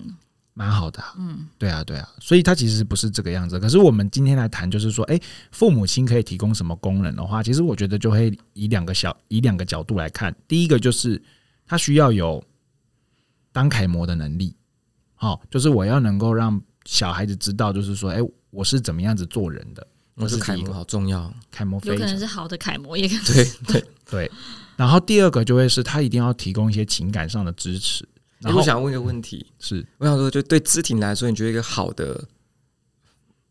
[SPEAKER 1] 蛮好的啊、
[SPEAKER 2] 嗯，
[SPEAKER 1] 对啊，对啊，所以它其实不是这个样子。可是我们今天来谈，就是说，哎、父母亲可以提供什么功能的话，其实我觉得就会以两个小以两个角度来看。第一个就是他需要有当楷模的能力，好、就是我要能够让小孩子知道，就是说，哎、我是怎么样子做人的，
[SPEAKER 3] 我是
[SPEAKER 1] 是
[SPEAKER 3] 楷
[SPEAKER 1] 第一
[SPEAKER 3] 模，
[SPEAKER 1] 个
[SPEAKER 3] 好重要。
[SPEAKER 1] 楷模非
[SPEAKER 2] 有可
[SPEAKER 1] 常
[SPEAKER 2] 能是好的楷模，也可能
[SPEAKER 3] 对对，
[SPEAKER 1] 对。然后第二个就会是他一定要提供一些情感上的支持，
[SPEAKER 2] 哎
[SPEAKER 1] 然
[SPEAKER 3] 我
[SPEAKER 1] 后
[SPEAKER 3] 想问一个问题，
[SPEAKER 1] 是
[SPEAKER 3] 我想说，就对知婷来说，你觉得一个好的，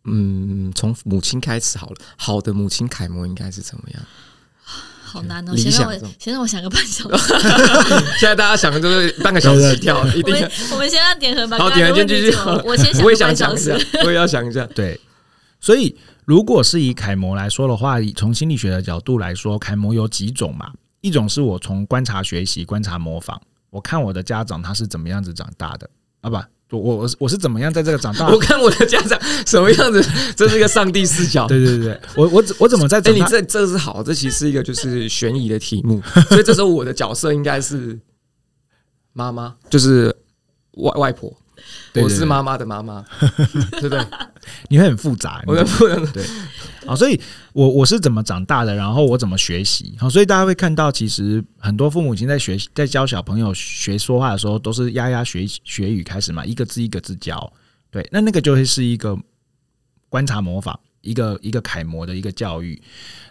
[SPEAKER 3] 嗯，从母亲开始好了，好的母亲楷模应该是怎么样？
[SPEAKER 2] 好难哦。
[SPEAKER 3] 理
[SPEAKER 2] 先让我
[SPEAKER 3] 想中
[SPEAKER 2] 先让我想个半小时，
[SPEAKER 3] 现在大家想的就是半个小时起跳，一
[SPEAKER 2] 我
[SPEAKER 3] 定要
[SPEAKER 2] 们我们先让点和吧。
[SPEAKER 3] 好
[SPEAKER 2] 刚刚的
[SPEAKER 3] 点
[SPEAKER 2] 问
[SPEAKER 3] 和先
[SPEAKER 2] 题
[SPEAKER 3] 继续
[SPEAKER 2] 是我我先想
[SPEAKER 3] 我也
[SPEAKER 2] 个
[SPEAKER 3] 想
[SPEAKER 2] 半
[SPEAKER 3] 讲
[SPEAKER 2] 小
[SPEAKER 3] 一下
[SPEAKER 2] 时。，。
[SPEAKER 3] 我也要想一下。
[SPEAKER 1] 对，所以如果是以楷模来说的话，以从心理学的角度来说，楷模有几种嘛？一种是我从观察学习、观察模仿，我看我的家长他是怎么样子长大的啊不。我我我是我是怎么样在这个长大
[SPEAKER 3] 我
[SPEAKER 1] 的？
[SPEAKER 3] 看我的家长什么样子，这是一个上帝视角。
[SPEAKER 1] 对对对对，我我怎我怎么在
[SPEAKER 3] 哎，
[SPEAKER 1] 长
[SPEAKER 3] 你
[SPEAKER 1] 大？
[SPEAKER 3] 这这是好，这其实是一个就是悬疑的题目，所以这时候我的角色应该是妈妈，就是外外婆，
[SPEAKER 1] 对对
[SPEAKER 3] 我是
[SPEAKER 1] 对
[SPEAKER 3] 妈妈的妈妈，对不对？
[SPEAKER 1] 你会很复杂，你
[SPEAKER 3] 我能不 能
[SPEAKER 1] 啊，所以我我是怎么长大的，然后我怎么学习，好，所以大家会看到，其实很多父母亲在学习在教小朋友学说话的时候，都是牙牙学学语开始嘛，一个字一个字教，对，那那个就会是一个观察模仿，一个一个楷模的一个教育。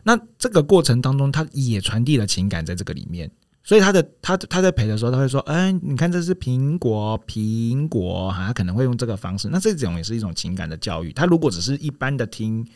[SPEAKER 1] 那这个过程当中，他也传递了情感在这个里面。所以他的他他在陪的时候，他会说：“哎，你看这是苹果，苹果。”哈，他可能会用这个方式。那这种也是一种情感的教育。他如果只是一般的听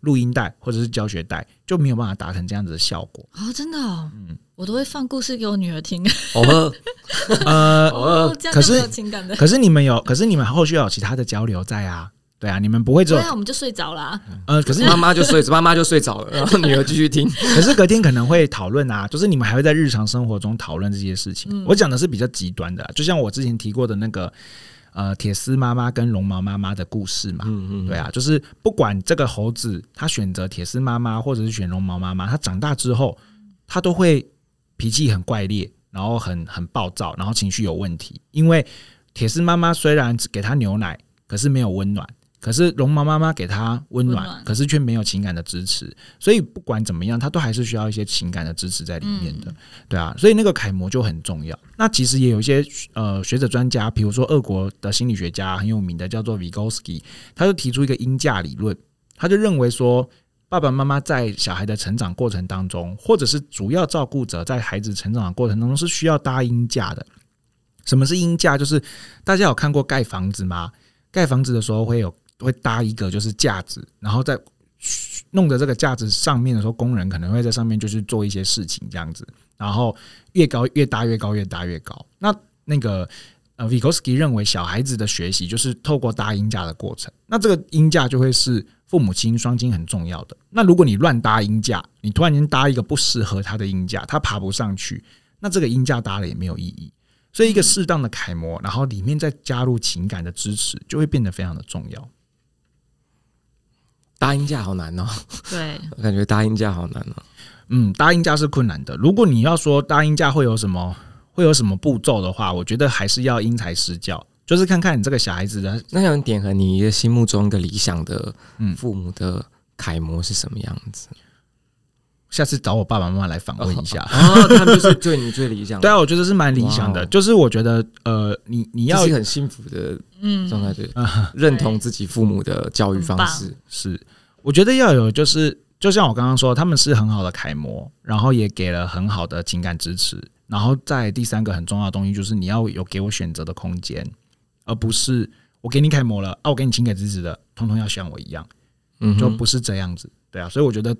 [SPEAKER 1] 录音带或者是教学带，就没有办法达成这样子的效果
[SPEAKER 2] 哦，真的哦，
[SPEAKER 3] 嗯
[SPEAKER 2] 我都会放故事给我女儿 听。
[SPEAKER 3] 哦，
[SPEAKER 1] 呃，
[SPEAKER 2] 哦， 这样
[SPEAKER 1] 可
[SPEAKER 2] 就是没有情感的。
[SPEAKER 1] 可是你们有，可是你们后续有其他的交流在啊，对啊，你们不会只
[SPEAKER 2] 对
[SPEAKER 1] 有
[SPEAKER 2] 啊，我们就睡着啦。
[SPEAKER 1] 呃，可是
[SPEAKER 3] 妈妈就睡，妈妈就睡着了，然后女儿继续听。
[SPEAKER 1] 可是隔天可能会讨论啊，就是你们还会啊
[SPEAKER 3] 嗯
[SPEAKER 1] 在日常生活中讨论这些事情。我讲的是比较极端的啦，就像我之前提过的那个呃铁丝妈妈跟绒毛妈妈的故事嘛。
[SPEAKER 3] 嗯
[SPEAKER 1] 对，啊，就是不管这个猴子它选择铁丝妈妈或者是选绒毛妈妈，它长大之后，它都会脾气很怪烈，然后很很暴躁，然后情绪有问题。因为铁丝妈妈虽然只给它牛奶，可是没有温暖；可是绒毛妈妈给它温暖，
[SPEAKER 2] 温暖
[SPEAKER 1] 可是却没有情感的支持。所以不管怎么样，它都还是需要一些情感的支持在里面
[SPEAKER 2] 嗯
[SPEAKER 1] 的。对啊，所以那个楷模就很重要。那其实也有一些呃学者专家，比如说俄国的心理学家很有名的叫做 Vygotsky，他就提出一个因价理论，他就认为说。爸爸妈妈在小孩的成长过程当中，或者是主要照顾者在孩子成长的过程当中是需要搭鹰架的。什么是鹰架？就是大家有看过盖房子吗？盖房子的时候会有会搭一个就是架子，然后在弄着这个架子上面的时候，工人可能会在上面就是做一些事情这样子，然后越高越搭越高越搭越高。那那个呃 v i k o s k y 认为小孩子的学习就是透过搭鹰架的过程，那这个鹰架就会是父母亲双亲很重要的。那如果你乱搭鹰架，你突然间搭一个不适合他的鹰架，他爬不上去，那这个鹰架搭了也没有意义。所以，一个适当的楷模，然后里面再加入情感的支持，就会变得非常的重要。
[SPEAKER 3] 搭音架好难哦，
[SPEAKER 2] 对，
[SPEAKER 3] 我感觉搭音架好难哦。
[SPEAKER 1] 嗯，搭音架是困难的。如果你要说搭音架会有什么会有什么步骤的话，我觉得还是要因材施教，就是看看你这个小孩子的
[SPEAKER 3] 那想点和你的心目中一个理想的
[SPEAKER 1] 嗯
[SPEAKER 3] 父母的楷模是什么样 子？
[SPEAKER 1] 下次找我爸爸妈妈来访问一下。
[SPEAKER 3] 哦，他们就是对你最理想的，
[SPEAKER 1] 对啊，我觉得是蛮理想
[SPEAKER 3] 嗯哇
[SPEAKER 1] 的。
[SPEAKER 3] 哦
[SPEAKER 1] 就是我觉得，呃，你你
[SPEAKER 3] 这
[SPEAKER 1] 要
[SPEAKER 3] 是一个很幸福的
[SPEAKER 2] 嗯，
[SPEAKER 3] 状态，对，认同自己父母的教育方式，
[SPEAKER 1] 是，我觉得要有，就是就像我刚刚说，他们是很好的楷模，然后也给了很好的情感支持，然后再第三个很重要的东西就是你要有给我选择的空间，而不是我给你楷模了，啊，我给你情感支持的，通通要像我一样，
[SPEAKER 3] 嗯哼，嗯
[SPEAKER 1] 就不是这样子，对啊，所以我觉得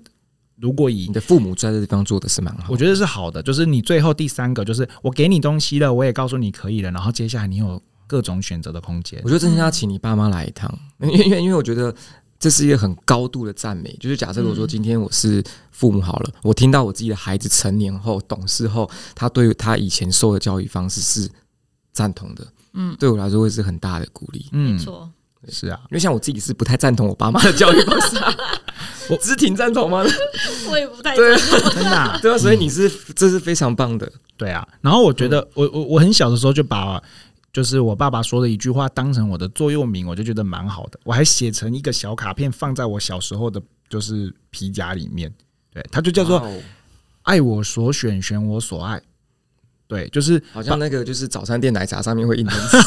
[SPEAKER 1] 如果以
[SPEAKER 3] 你的父母在这地方做的是蛮好
[SPEAKER 1] 我
[SPEAKER 3] 的，
[SPEAKER 1] 觉得是好的，就是你最后第三个就是我给你东西了，我也告诉你可以了，然后接下来你有各种选择的空间
[SPEAKER 3] 我。觉得真的要
[SPEAKER 1] 嗯
[SPEAKER 3] 请你爸妈来一趟，因为因为因为我觉得。这是一个很高度的赞美，就是假设我说
[SPEAKER 2] 嗯
[SPEAKER 3] 今天我是父母好了，我听到我自己的孩子成年后懂事后，他对他以前受的教育方式是赞同的，
[SPEAKER 2] 嗯，
[SPEAKER 3] 对我来说会是很大的鼓励。
[SPEAKER 1] 嗯
[SPEAKER 2] 没，错，
[SPEAKER 1] 是啊，
[SPEAKER 3] 因为像我自己是不太赞同我爸妈的教育方式、 啊，我只挺赞同吗？
[SPEAKER 2] 我也不太
[SPEAKER 3] 对
[SPEAKER 1] 真的啊、
[SPEAKER 3] 对啊，所以你是
[SPEAKER 1] 嗯
[SPEAKER 3] 这是非常棒的，
[SPEAKER 1] 对啊，然后我觉得我我我很小的时候就把就是我爸爸说的一句话当成我的座右铭，我就觉得蛮好的。我还写成一个小卡片放在我小时候的就是皮夹里面，对，它就叫做
[SPEAKER 3] 哇哦
[SPEAKER 1] “爱我所选，选我所爱”。对，就是
[SPEAKER 3] 好像那个就是早餐店奶茶上面会印成 词，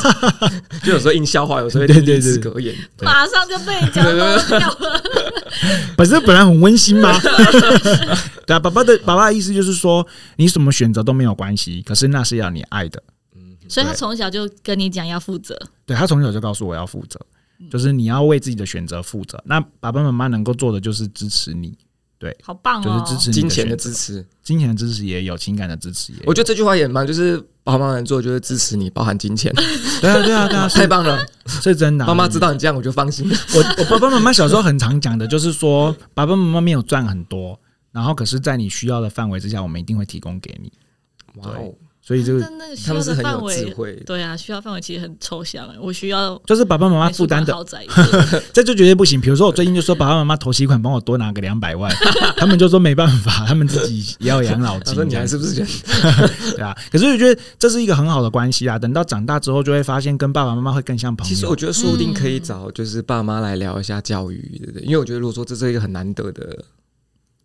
[SPEAKER 3] 就有时候印笑话，有时候会
[SPEAKER 1] 对
[SPEAKER 3] 印
[SPEAKER 1] 对
[SPEAKER 3] 励志
[SPEAKER 1] 对
[SPEAKER 3] 格言。
[SPEAKER 1] 对
[SPEAKER 2] 马上就被你讲到掉了，
[SPEAKER 1] 本身本来很温馨嘛。 对啊，爸爸的爸爸的意思就是说，你什么选择都没有关系，可是那是要你爱的。
[SPEAKER 2] 所以他从小就跟你讲要负责，
[SPEAKER 1] 对他从小就告诉我要负责，就是你要为自己的选择负责。那爸爸妈妈能够做的就是支持你，
[SPEAKER 2] 好棒
[SPEAKER 1] 就是
[SPEAKER 2] 哦！
[SPEAKER 1] 支持你
[SPEAKER 3] 金钱
[SPEAKER 1] 选
[SPEAKER 3] 的
[SPEAKER 1] 择
[SPEAKER 3] 支持，
[SPEAKER 1] 金钱的支持也有，情感的支持也有。
[SPEAKER 3] 我觉得这句话也很棒，就是爸妈能做就是支持你，包含金 钱，
[SPEAKER 1] 得对啊，对啊，对 啊，
[SPEAKER 3] 太
[SPEAKER 1] 是
[SPEAKER 3] 棒了！
[SPEAKER 1] 是真的啊、
[SPEAKER 3] 妈妈知道你这样，我就放心了。
[SPEAKER 1] 我，我爸爸妈妈小时候很常讲的就是说，爸爸妈妈没有赚很多，然后可是，在你需要的范围之下，我们一定会提供给你。
[SPEAKER 3] 哇哦，
[SPEAKER 1] 所以这个
[SPEAKER 2] 啊真的需
[SPEAKER 3] 他
[SPEAKER 2] 要
[SPEAKER 3] 们是
[SPEAKER 2] 的
[SPEAKER 3] 很
[SPEAKER 2] 范
[SPEAKER 3] 有智
[SPEAKER 2] 围，
[SPEAKER 3] 慧，
[SPEAKER 2] 对啊，需要范围其实很抽象欸，我需要
[SPEAKER 1] 就是爸爸妈妈
[SPEAKER 2] 美术
[SPEAKER 1] 负担
[SPEAKER 2] 馆
[SPEAKER 1] 的，
[SPEAKER 2] 豪宅一点，
[SPEAKER 1] 这就绝对不行。比如说，我最近就说爸爸妈妈投息款帮我多拿个两百 万，他们就说没办法，他们自己也要养老
[SPEAKER 3] 他
[SPEAKER 1] 金。
[SPEAKER 3] 说你
[SPEAKER 1] 这样
[SPEAKER 3] 还
[SPEAKER 1] 子
[SPEAKER 3] 是不是觉得
[SPEAKER 1] 对啊？可是我觉得这是一个很好的关系啊。等到长大之后，就会发现跟爸爸妈妈会更像朋
[SPEAKER 3] 其实我
[SPEAKER 1] 友。
[SPEAKER 3] 觉得说不定可以找就是爸妈来聊一下教育，对不对？因为我觉得如果说这是一个很难得的，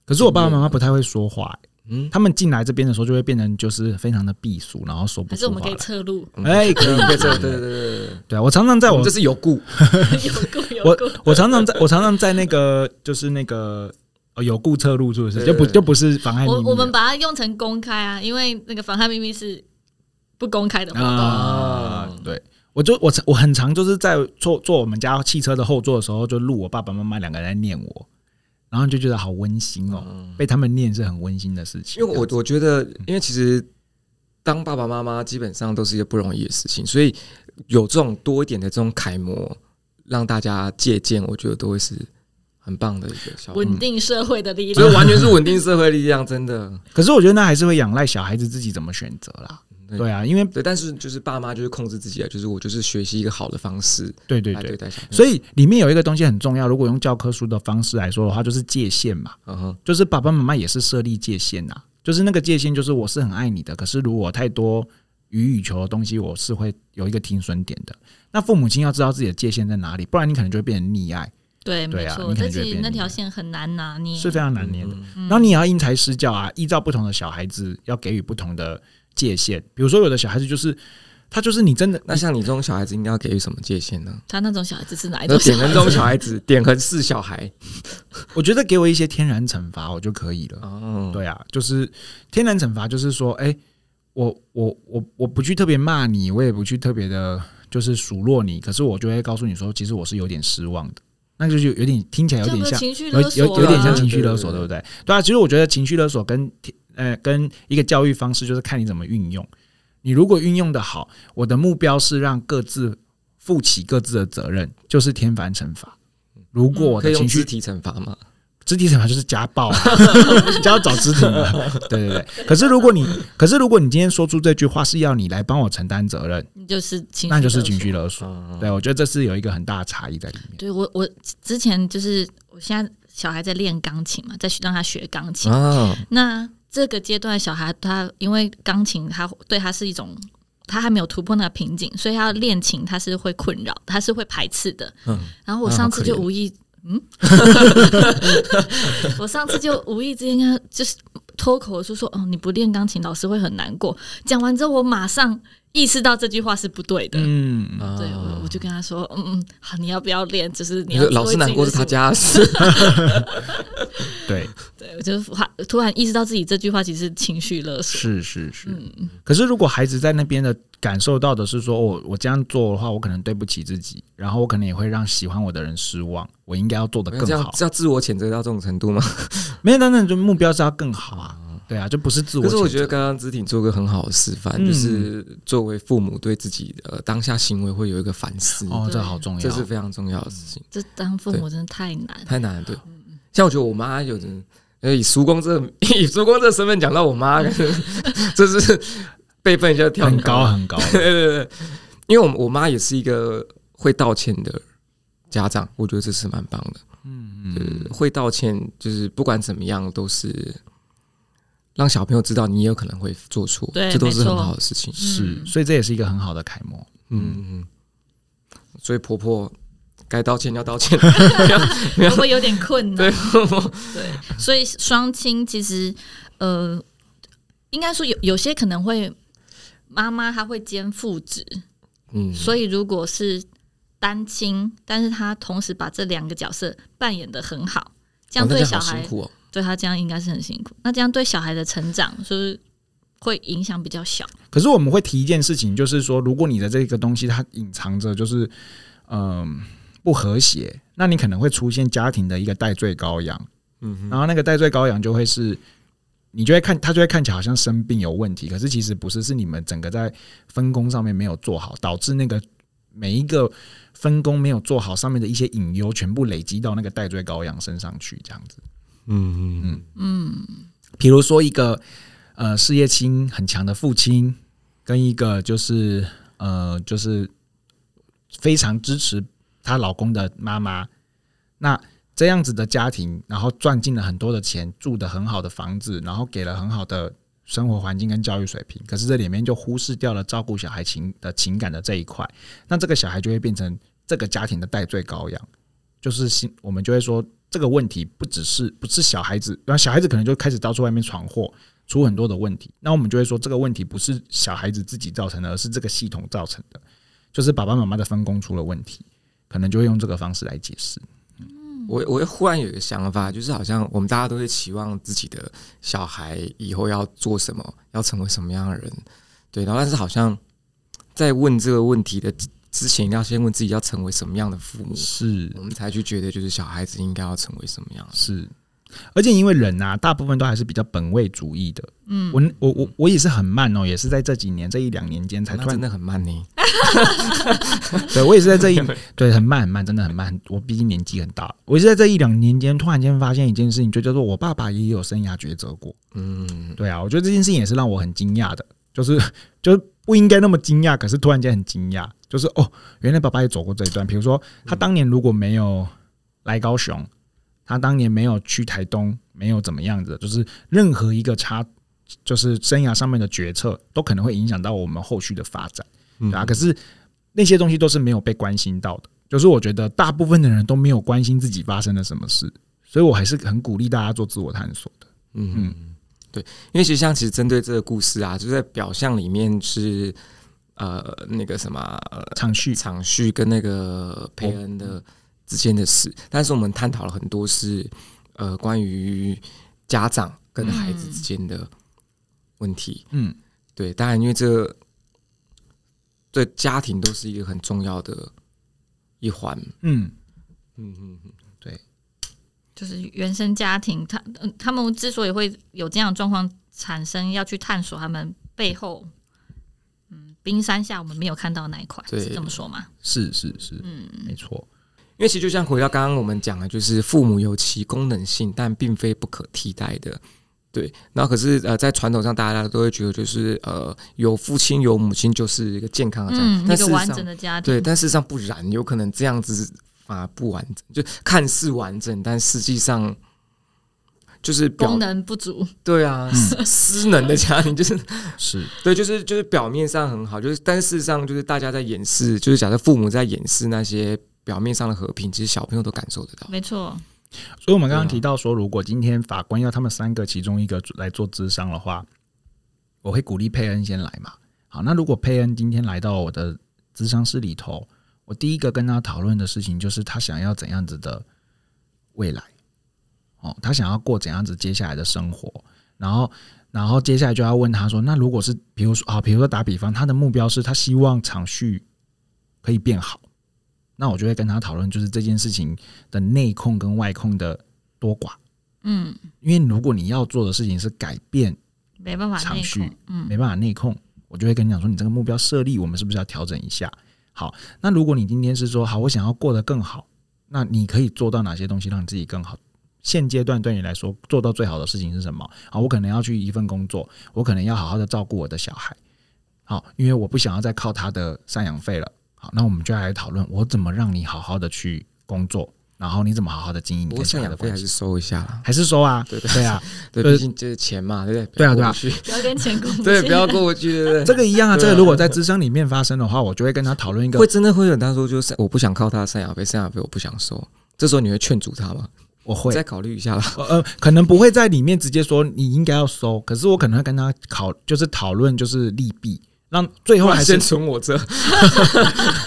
[SPEAKER 1] 可是我爸爸妈妈不太会说话、
[SPEAKER 3] 嗯，
[SPEAKER 1] 他们进来这边的时候，就会变成就是非常的避暑，然后说不
[SPEAKER 2] 还是
[SPEAKER 1] 出
[SPEAKER 2] 我们
[SPEAKER 1] 话
[SPEAKER 2] 可以
[SPEAKER 1] 来。
[SPEAKER 2] 侧 录，
[SPEAKER 1] 哎，可以，可以
[SPEAKER 3] 对对嗯对对对对，
[SPEAKER 1] 对啊，我常常在
[SPEAKER 3] 我
[SPEAKER 1] 我
[SPEAKER 3] 们这是有故，
[SPEAKER 2] 有够有够，
[SPEAKER 1] 我常常在我常常在那个就是那个呃有顾侧录是不是？
[SPEAKER 3] 对
[SPEAKER 1] 就不
[SPEAKER 3] 对
[SPEAKER 1] 就不是妨碍秘
[SPEAKER 2] 我
[SPEAKER 1] 密
[SPEAKER 2] 我们
[SPEAKER 1] 了
[SPEAKER 2] 把它用成公开啊，因为那个妨害秘密是不公开的活动，
[SPEAKER 1] 啊，对。我就我我很常就是在坐坐我们家汽车的后座的时候，就录我爸爸妈妈两个人在念我，然后就觉得好温馨哦，被他们念是很温馨的事情。
[SPEAKER 3] 嗯因为我我觉得，
[SPEAKER 1] 嗯
[SPEAKER 3] 因为其实当爸爸妈妈基本上都是一个不容易的事情，所以有这种多一点的这种楷模，让大家借鉴，我觉得都会是很棒的一个
[SPEAKER 1] 嗯
[SPEAKER 3] 效果。
[SPEAKER 2] 稳定社会的力
[SPEAKER 3] 所
[SPEAKER 2] 量
[SPEAKER 3] 以。完全是稳定社会力量，真的。
[SPEAKER 1] 可是我觉得那还是会仰赖小孩子自己怎么选择啦。
[SPEAKER 3] 嗯对
[SPEAKER 1] 对啊，因为
[SPEAKER 3] 对，但是就是爸妈就是控制自己啊，就是我就是学习一个好的方式
[SPEAKER 1] 对对
[SPEAKER 3] 来
[SPEAKER 1] 对
[SPEAKER 3] 啊对，待小朋友。
[SPEAKER 1] 所以里面有一个东西很重要，如果用教科书的方式来说的话，就是界限嘛，
[SPEAKER 3] 嗯哼，
[SPEAKER 1] 就是爸爸妈妈也是设立界限呐、就是那个界限就是我是很爱你的，可是如果太多予以求的东西，我是会有一个停损点的。那父母亲要知道自己的界限在哪里，不然你可能就会变成溺爱，
[SPEAKER 2] 对，
[SPEAKER 1] 对
[SPEAKER 2] 没
[SPEAKER 1] 啊
[SPEAKER 2] 错，
[SPEAKER 1] 你可
[SPEAKER 2] 但
[SPEAKER 1] 能就会
[SPEAKER 2] 是
[SPEAKER 1] 变
[SPEAKER 2] 那
[SPEAKER 1] 厉
[SPEAKER 2] 条
[SPEAKER 1] 害
[SPEAKER 2] 线很难拿捏，
[SPEAKER 1] 是非常难念的。
[SPEAKER 3] 嗯
[SPEAKER 1] 然后你也要因材施教啊，依照不同的小孩子要给予不同的界限。比如说，有的小孩子就是他就是你真的
[SPEAKER 3] 那像你这种小孩子，应该要给予什么界限呢？
[SPEAKER 2] 他那种小孩子是哪一
[SPEAKER 3] 那
[SPEAKER 2] 种小
[SPEAKER 3] 点
[SPEAKER 2] 孩
[SPEAKER 3] 恒
[SPEAKER 2] 子？
[SPEAKER 3] 这种小孩子，点恒是小孩
[SPEAKER 1] 我觉得给我一些天然惩罚，我就可以了。
[SPEAKER 3] 哦，
[SPEAKER 1] 对啊，就是天然惩罚，就是说，哎、我我我我不去特别骂你，我也不去特别的，就是数落你，可是我就会告诉你说，其实我是有点失望的。那就是有有点听起来有
[SPEAKER 2] 这
[SPEAKER 1] 点
[SPEAKER 2] 样不是
[SPEAKER 1] 像，
[SPEAKER 2] 情绪
[SPEAKER 1] 有
[SPEAKER 2] 勒
[SPEAKER 1] 有
[SPEAKER 2] 索
[SPEAKER 1] 有点像
[SPEAKER 2] 啊
[SPEAKER 1] 情绪勒索，
[SPEAKER 3] 对
[SPEAKER 1] 对不
[SPEAKER 3] 对
[SPEAKER 1] 对？对啊，其实我觉得情绪勒索跟呃跟一个教育方式就是看你怎么运用。你如果运用的好，我的目标是让各自负起各自的责任，就是天罚惩罚。如果我
[SPEAKER 3] 嗯可
[SPEAKER 1] 的
[SPEAKER 3] 以用
[SPEAKER 1] 情
[SPEAKER 3] 肢
[SPEAKER 1] 绪
[SPEAKER 3] 体惩罚吗？
[SPEAKER 1] 肢体惩罚就是家 暴、啊，就要找肢体嘛。对对对。可是如果你，可是如果你今天说出这句话是要你来帮我承担责任，
[SPEAKER 2] 你就是情，
[SPEAKER 1] 那就是情。绪勒索。
[SPEAKER 3] 嗯，
[SPEAKER 1] 对，我觉得这是有一个很大的差异在里面。
[SPEAKER 2] 对我，我之前就是我现在小孩在练钢琴嘛，在学让他学钢琴。
[SPEAKER 3] 啊，
[SPEAKER 2] 那这个阶段的小孩他，因为钢琴他对他是一种。他还没有突破那个瓶颈，所以他要练琴，他是会困扰，他是会排斥的。
[SPEAKER 3] 嗯
[SPEAKER 2] 然后我
[SPEAKER 3] 啊
[SPEAKER 2] 上
[SPEAKER 3] 好
[SPEAKER 2] 次
[SPEAKER 3] 可
[SPEAKER 2] 就
[SPEAKER 3] 怜
[SPEAKER 2] 无意， 嗯，我上次就无意之间跟他就是脱口而出说：“哦，你不练钢琴，老师会很难过。”讲完之后，我马上意识到这句话是不对的。
[SPEAKER 1] 嗯，
[SPEAKER 3] 啊
[SPEAKER 2] 对，我我就跟他说：“嗯嗯，好，你要不要练？就是你
[SPEAKER 3] 你
[SPEAKER 2] 要
[SPEAKER 3] 说老
[SPEAKER 2] 做自
[SPEAKER 3] 师
[SPEAKER 2] 己
[SPEAKER 3] 难过
[SPEAKER 2] 的
[SPEAKER 3] 啊是他
[SPEAKER 2] 事
[SPEAKER 3] 家的事，
[SPEAKER 1] 对，
[SPEAKER 2] 对，我就发突然意识到自己这句话其实是情绪勒索。
[SPEAKER 1] 是是是。
[SPEAKER 2] 嗯，
[SPEAKER 1] 可是如果孩子在那边的感受到的是说，哦我、我这样做的话，我可能对不起自己，然后我可能也会让喜欢我的人失望，我应该要做的
[SPEAKER 3] 这
[SPEAKER 1] 更
[SPEAKER 3] 样
[SPEAKER 1] 好。
[SPEAKER 3] 这要自我谴责到这种程度吗？
[SPEAKER 1] 没有，那那就目标是要更好啊。对啊，就不是自我谴
[SPEAKER 3] 嗯可
[SPEAKER 1] 责。
[SPEAKER 3] 是我觉得刚刚知婷做个很好的示范，
[SPEAKER 1] 嗯
[SPEAKER 3] 就是作为父母对自己的呃当下行为会有一个反思，
[SPEAKER 1] 哦，这好重要，
[SPEAKER 3] 这是非常重要的事情，
[SPEAKER 2] 这当父母真的太难。
[SPEAKER 3] 太难了。对，
[SPEAKER 2] 嗯
[SPEAKER 3] 像我觉得我妈有的，呃以叔公这 以叔公这身份讲到我妈， 这是辈分一下跳
[SPEAKER 1] 很
[SPEAKER 3] 高啊
[SPEAKER 1] 高。很高。
[SPEAKER 3] 对对对，因为我们我妈也是一个会道歉的家长，我觉得这是蛮棒的。
[SPEAKER 1] 嗯
[SPEAKER 3] 对对
[SPEAKER 1] 嗯
[SPEAKER 3] 对，会道歉就是不管怎么样都是让小朋友知道你也有可能会做错，
[SPEAKER 2] 对
[SPEAKER 3] 这都是
[SPEAKER 2] 没
[SPEAKER 3] 很
[SPEAKER 2] 错
[SPEAKER 3] 好的事情。
[SPEAKER 1] 是，所以这也是一个很好的楷模。
[SPEAKER 3] 嗯嗯嗯，所以婆婆该道歉要道歉，
[SPEAKER 2] 嗯会不会有点困难
[SPEAKER 3] 对？
[SPEAKER 2] 对，所以双亲其实呃，应该说有有些可能会妈妈她会兼父职，
[SPEAKER 3] 嗯，
[SPEAKER 2] 所以如果是单亲，但是她同时把这两个角色扮演的很好，这样
[SPEAKER 3] 哦那
[SPEAKER 2] 对
[SPEAKER 3] 好
[SPEAKER 2] 小孩、
[SPEAKER 3] 辛苦哦。
[SPEAKER 2] 对他这样应该是很辛苦。那这样对小孩的成长是不是会影响比较小？
[SPEAKER 1] 可是我们会提一件事情，就是说，如果你的这个东西它隐藏着就是嗯、不和谐，那你可能会出现家庭的一个代罪羔羊，
[SPEAKER 3] 嗯
[SPEAKER 1] 然后那个代罪羔羊就会是。你就会看他就会看起来好像生病有问题，可是其实不是，是你们整个在分工上面没有做好，导致那个每一个分工没有做好上面的一些隐忧，全部累积到那个代罪羔羊身上去，这样子。
[SPEAKER 3] 嗯嗯
[SPEAKER 2] 嗯，
[SPEAKER 1] 比如说一个呃事业心很强的父亲，跟一个就是呃就是非常支持她老公的妈妈，那这样子的家庭，然后赚进了很多的钱，住的很好的房子，然后给了很好的生活环境跟教育水平，可是这里面就忽视掉了照顾小孩情的情感的这一块，那这个小孩就会变成这个家庭的代罪羔羊，就是心我们就会说这个问题不只是不是小孩子，然后小孩子可能就开始到处外面闯祸，出很多的问题，那我们就会说这个问题不是小孩子自己造成的，而是这个系统造成的，就是爸爸妈妈的分工出了问题，可能就会用这个方式来解释。
[SPEAKER 3] 嗯，我我忽然有一个想法，就是好像我们大家都会期望自己的小孩以后要做什么，要成为什么样的人，对，然后但是好像在问这个问题的之之前，一定要先问自己要成为什么样的父母，
[SPEAKER 1] 是
[SPEAKER 3] 我们才去觉得就是小孩子应该要成为什么样的。
[SPEAKER 1] 是，而且因为人啊，大部分都还是比较本位主义的。嗯，我我我我也是很慢哦，也是在这几年这一两年间才
[SPEAKER 3] 那
[SPEAKER 1] 突
[SPEAKER 3] 真
[SPEAKER 1] 然，
[SPEAKER 3] 的很 慢呢。
[SPEAKER 1] 对我也是在这一对很慢很慢，真的很慢。我毕竟年纪很大了，我也是在这一两年间突然间发现一件事情，就叫做我爸爸也有生涯抉择过。
[SPEAKER 3] 嗯，
[SPEAKER 1] 对啊，我觉得这件事情也是让我很惊讶的。就是就是不应该那么惊讶，可是突然间很惊讶，就是哦，原来爸爸也走过这一段。比如说，他当年如果没有来高雄，他当年没有去台东，没有怎么样子，就是任何一个差，就是生涯上面的决策，都可能会影响到我们后续的发展，对啊。可是那些东西都是没有被关心到的，就是我觉得大部分的人都没有关心自己发生了什么事，所以我还是很鼓励大家做自我探索的。
[SPEAKER 3] 嗯嗯，对，因为其实像其实针对这个故事啊，就在表象里面是呃那个什么呃
[SPEAKER 1] 长续
[SPEAKER 3] 场序跟那个佩恩的之间的事，但是我们探讨了很多是呃关于家长跟孩子之间的问题。
[SPEAKER 1] 嗯，
[SPEAKER 3] 对，当然因为这对家庭都是一个很重要的一环。
[SPEAKER 1] 嗯，
[SPEAKER 3] 嗯嗯嗯，
[SPEAKER 2] 就是原生家庭，他呃他们之所以会有这样的状况产生，要去探索他们背后，嗯，冰山下我们没有看到那一块，
[SPEAKER 3] 对
[SPEAKER 2] 是这么说吗？
[SPEAKER 1] 是是是，
[SPEAKER 2] 嗯，
[SPEAKER 1] 没错。
[SPEAKER 3] 因为其实就像回到刚刚我们讲的，就是父母有其功能性，但并非不可替代的。对，然后可是呃，在传统上，大家都会觉得就是呃，有父亲有母亲就是一个健康的家庭，
[SPEAKER 2] 嗯，
[SPEAKER 3] 但
[SPEAKER 2] 一
[SPEAKER 3] 事
[SPEAKER 2] 个
[SPEAKER 3] 实
[SPEAKER 2] 完
[SPEAKER 3] 上
[SPEAKER 2] 整的家庭，
[SPEAKER 3] 对，但事实上不然，有可能这样子反而不完整，就看似完整，但实际上就是表
[SPEAKER 2] 功能不足，
[SPEAKER 3] 对啊，失失能的家庭就是
[SPEAKER 1] 是，
[SPEAKER 3] 对，就是就是表面上很好，就是但事实上就是大家在掩饰，就是假设父母在掩饰那些表面上的和平，其实小朋友都感受得到。
[SPEAKER 2] 没错，
[SPEAKER 1] 所以我们刚刚
[SPEAKER 3] 对啊
[SPEAKER 1] 提到说，如果今天法官要他们三个其中一个来做咨商的话，我会鼓励佩恩先来嘛。好，那如果佩恩今天来到我的咨商室里头，我第一个跟他讨论的事情就是他想要怎样子的未来，哦，他想要过怎样子接下来的生活，然后，然后接下来就要问他说，那如果是比如说啊，比如说打比方，他的目标是他希望长续可以变好，那我就会跟他讨论，就是这件事情的内控跟外控的多寡。
[SPEAKER 2] 嗯，
[SPEAKER 1] 因为如果你要做的事情是改变，
[SPEAKER 2] 没办法
[SPEAKER 1] 长
[SPEAKER 2] 内
[SPEAKER 1] 续
[SPEAKER 2] 控，嗯
[SPEAKER 1] 没办法内控，我就会跟你讲说，你这个目标设立，我们是不是要调整一下？好，那如果你今天是说，好，我想要过得更好，那你可以做到哪些东西让自己更好？现阶段对你来说，做到最好的事情是什么？好，我可能要去一份工作，我可能要好好的照顾我的小孩，好，因为我不想要再靠他的赡养费了。好，那我们就来讨论，我怎么让你好好的去工作，然后你怎么好好的经营你
[SPEAKER 3] 不过
[SPEAKER 1] 跟小
[SPEAKER 3] 赡
[SPEAKER 1] 孩
[SPEAKER 3] 养
[SPEAKER 1] 的
[SPEAKER 3] 费还
[SPEAKER 1] 关
[SPEAKER 3] 是
[SPEAKER 1] 系，
[SPEAKER 3] 收一下啦，
[SPEAKER 1] 还是说啊，
[SPEAKER 3] 对
[SPEAKER 1] 对啊，
[SPEAKER 3] 对，
[SPEAKER 1] 对
[SPEAKER 3] 毕竟就是钱嘛，对不对？
[SPEAKER 1] 对啊
[SPEAKER 3] 不
[SPEAKER 1] 对啊
[SPEAKER 3] 要过不去，
[SPEAKER 2] 不要跟 钱过不去，
[SPEAKER 3] 对，不要过不去，对 不对？
[SPEAKER 1] 这个一样啊，
[SPEAKER 3] 对啊
[SPEAKER 1] 这个如果在智商里面发生的话，我就会跟他讨论一个
[SPEAKER 3] 会，真的会有人他说就是我不想靠他的赡养费，赡养费我不想收。这时候你会劝阻他吗？
[SPEAKER 1] 我会
[SPEAKER 3] 再考虑一下吧。
[SPEAKER 1] 呃呃，可能不会在里面直接说你应该要收，可是我可能会跟他考，就是讨论就是利弊，让最后还是
[SPEAKER 3] 先存我这，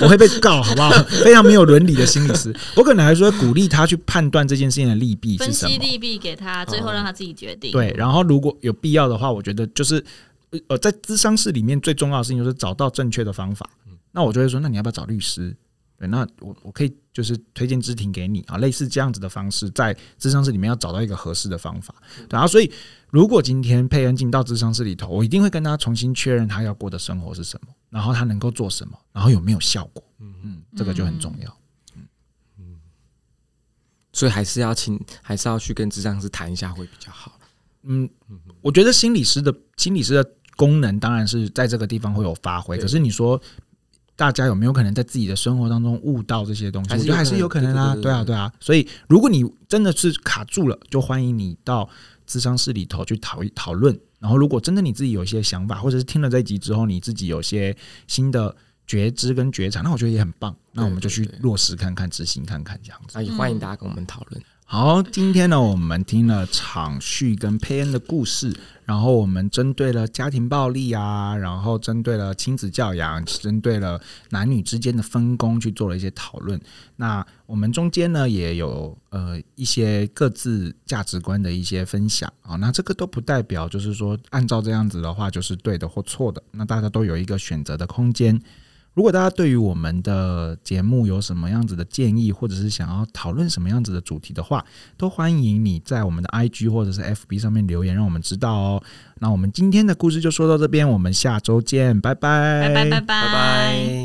[SPEAKER 1] 我会被告，好不好？ 非常没有伦理的心理师，我可能还是会鼓励他去判断这件事情的利弊是
[SPEAKER 2] 分
[SPEAKER 1] 什
[SPEAKER 2] 析
[SPEAKER 1] 么。
[SPEAKER 2] 利弊给他，最后让他自己决定，，
[SPEAKER 1] 对，然后如果有必要的话，我觉得就是呃呃，在咨商室里面最重要的事情就是找到正确的方法。那我就会说，那你要不要找律师？对，那我我可以就是推荐知庭给你啊，类似这样子的方式，在咨商室里面要找到一个合适的方法。然后，所以如果今天佩恩进到咨商室里头，我一定会跟他重新确认他要过的生活是什么，然后他能够做什么，然后有没有效果。嗯，这个就很重要。
[SPEAKER 3] 所以还是要请，还是要去跟智障师谈一下会比较好。
[SPEAKER 1] 嗯，我觉得心理师的心理师的功能当然是在这个地方会有发挥，
[SPEAKER 3] 对
[SPEAKER 1] 可是你说大家有没有可能在自己的生活当中悟到这些东西？
[SPEAKER 3] 还
[SPEAKER 1] 我
[SPEAKER 3] 是
[SPEAKER 1] 觉得还是有
[SPEAKER 3] 有
[SPEAKER 1] 可
[SPEAKER 3] 可
[SPEAKER 1] 能
[SPEAKER 3] 能
[SPEAKER 1] 啊，
[SPEAKER 3] 对对对
[SPEAKER 1] 对啊，
[SPEAKER 3] 对
[SPEAKER 1] 对啊。所以如果你真的是卡住了，就欢迎你到咨商室里头去讨讨论。然后，如果真的你自己有一些想法，或者是听了这一集之后你自己有些新的觉知跟觉察，那我觉得也很棒。那我们就去
[SPEAKER 3] 对对对
[SPEAKER 1] 落实看看、执行看看这样子。
[SPEAKER 3] 啊，也欢迎大家跟我们讨论。
[SPEAKER 1] 好，今天呢，我们听了场序跟佩恩的故事，然后我们针对了家庭暴力啊，然后针对了亲子教养，针对了男女之间的分工去做了一些讨论。那我们中间呢，也有呃一些各自价值观的一些分享啊、那这个都不代表就是说按照这样子的话就是对的或错的，那大家都有一个选择的空间。如果大家对于我们的节目有什么样子的建议，或者是想要讨论什么样子的主题的话，都欢迎你在我们的 IG 或者是 FB 上面留言，让我们知道哦。那我们今天的故事就说到这边，我们下周见，拜拜，
[SPEAKER 2] 拜拜拜
[SPEAKER 3] 拜拜。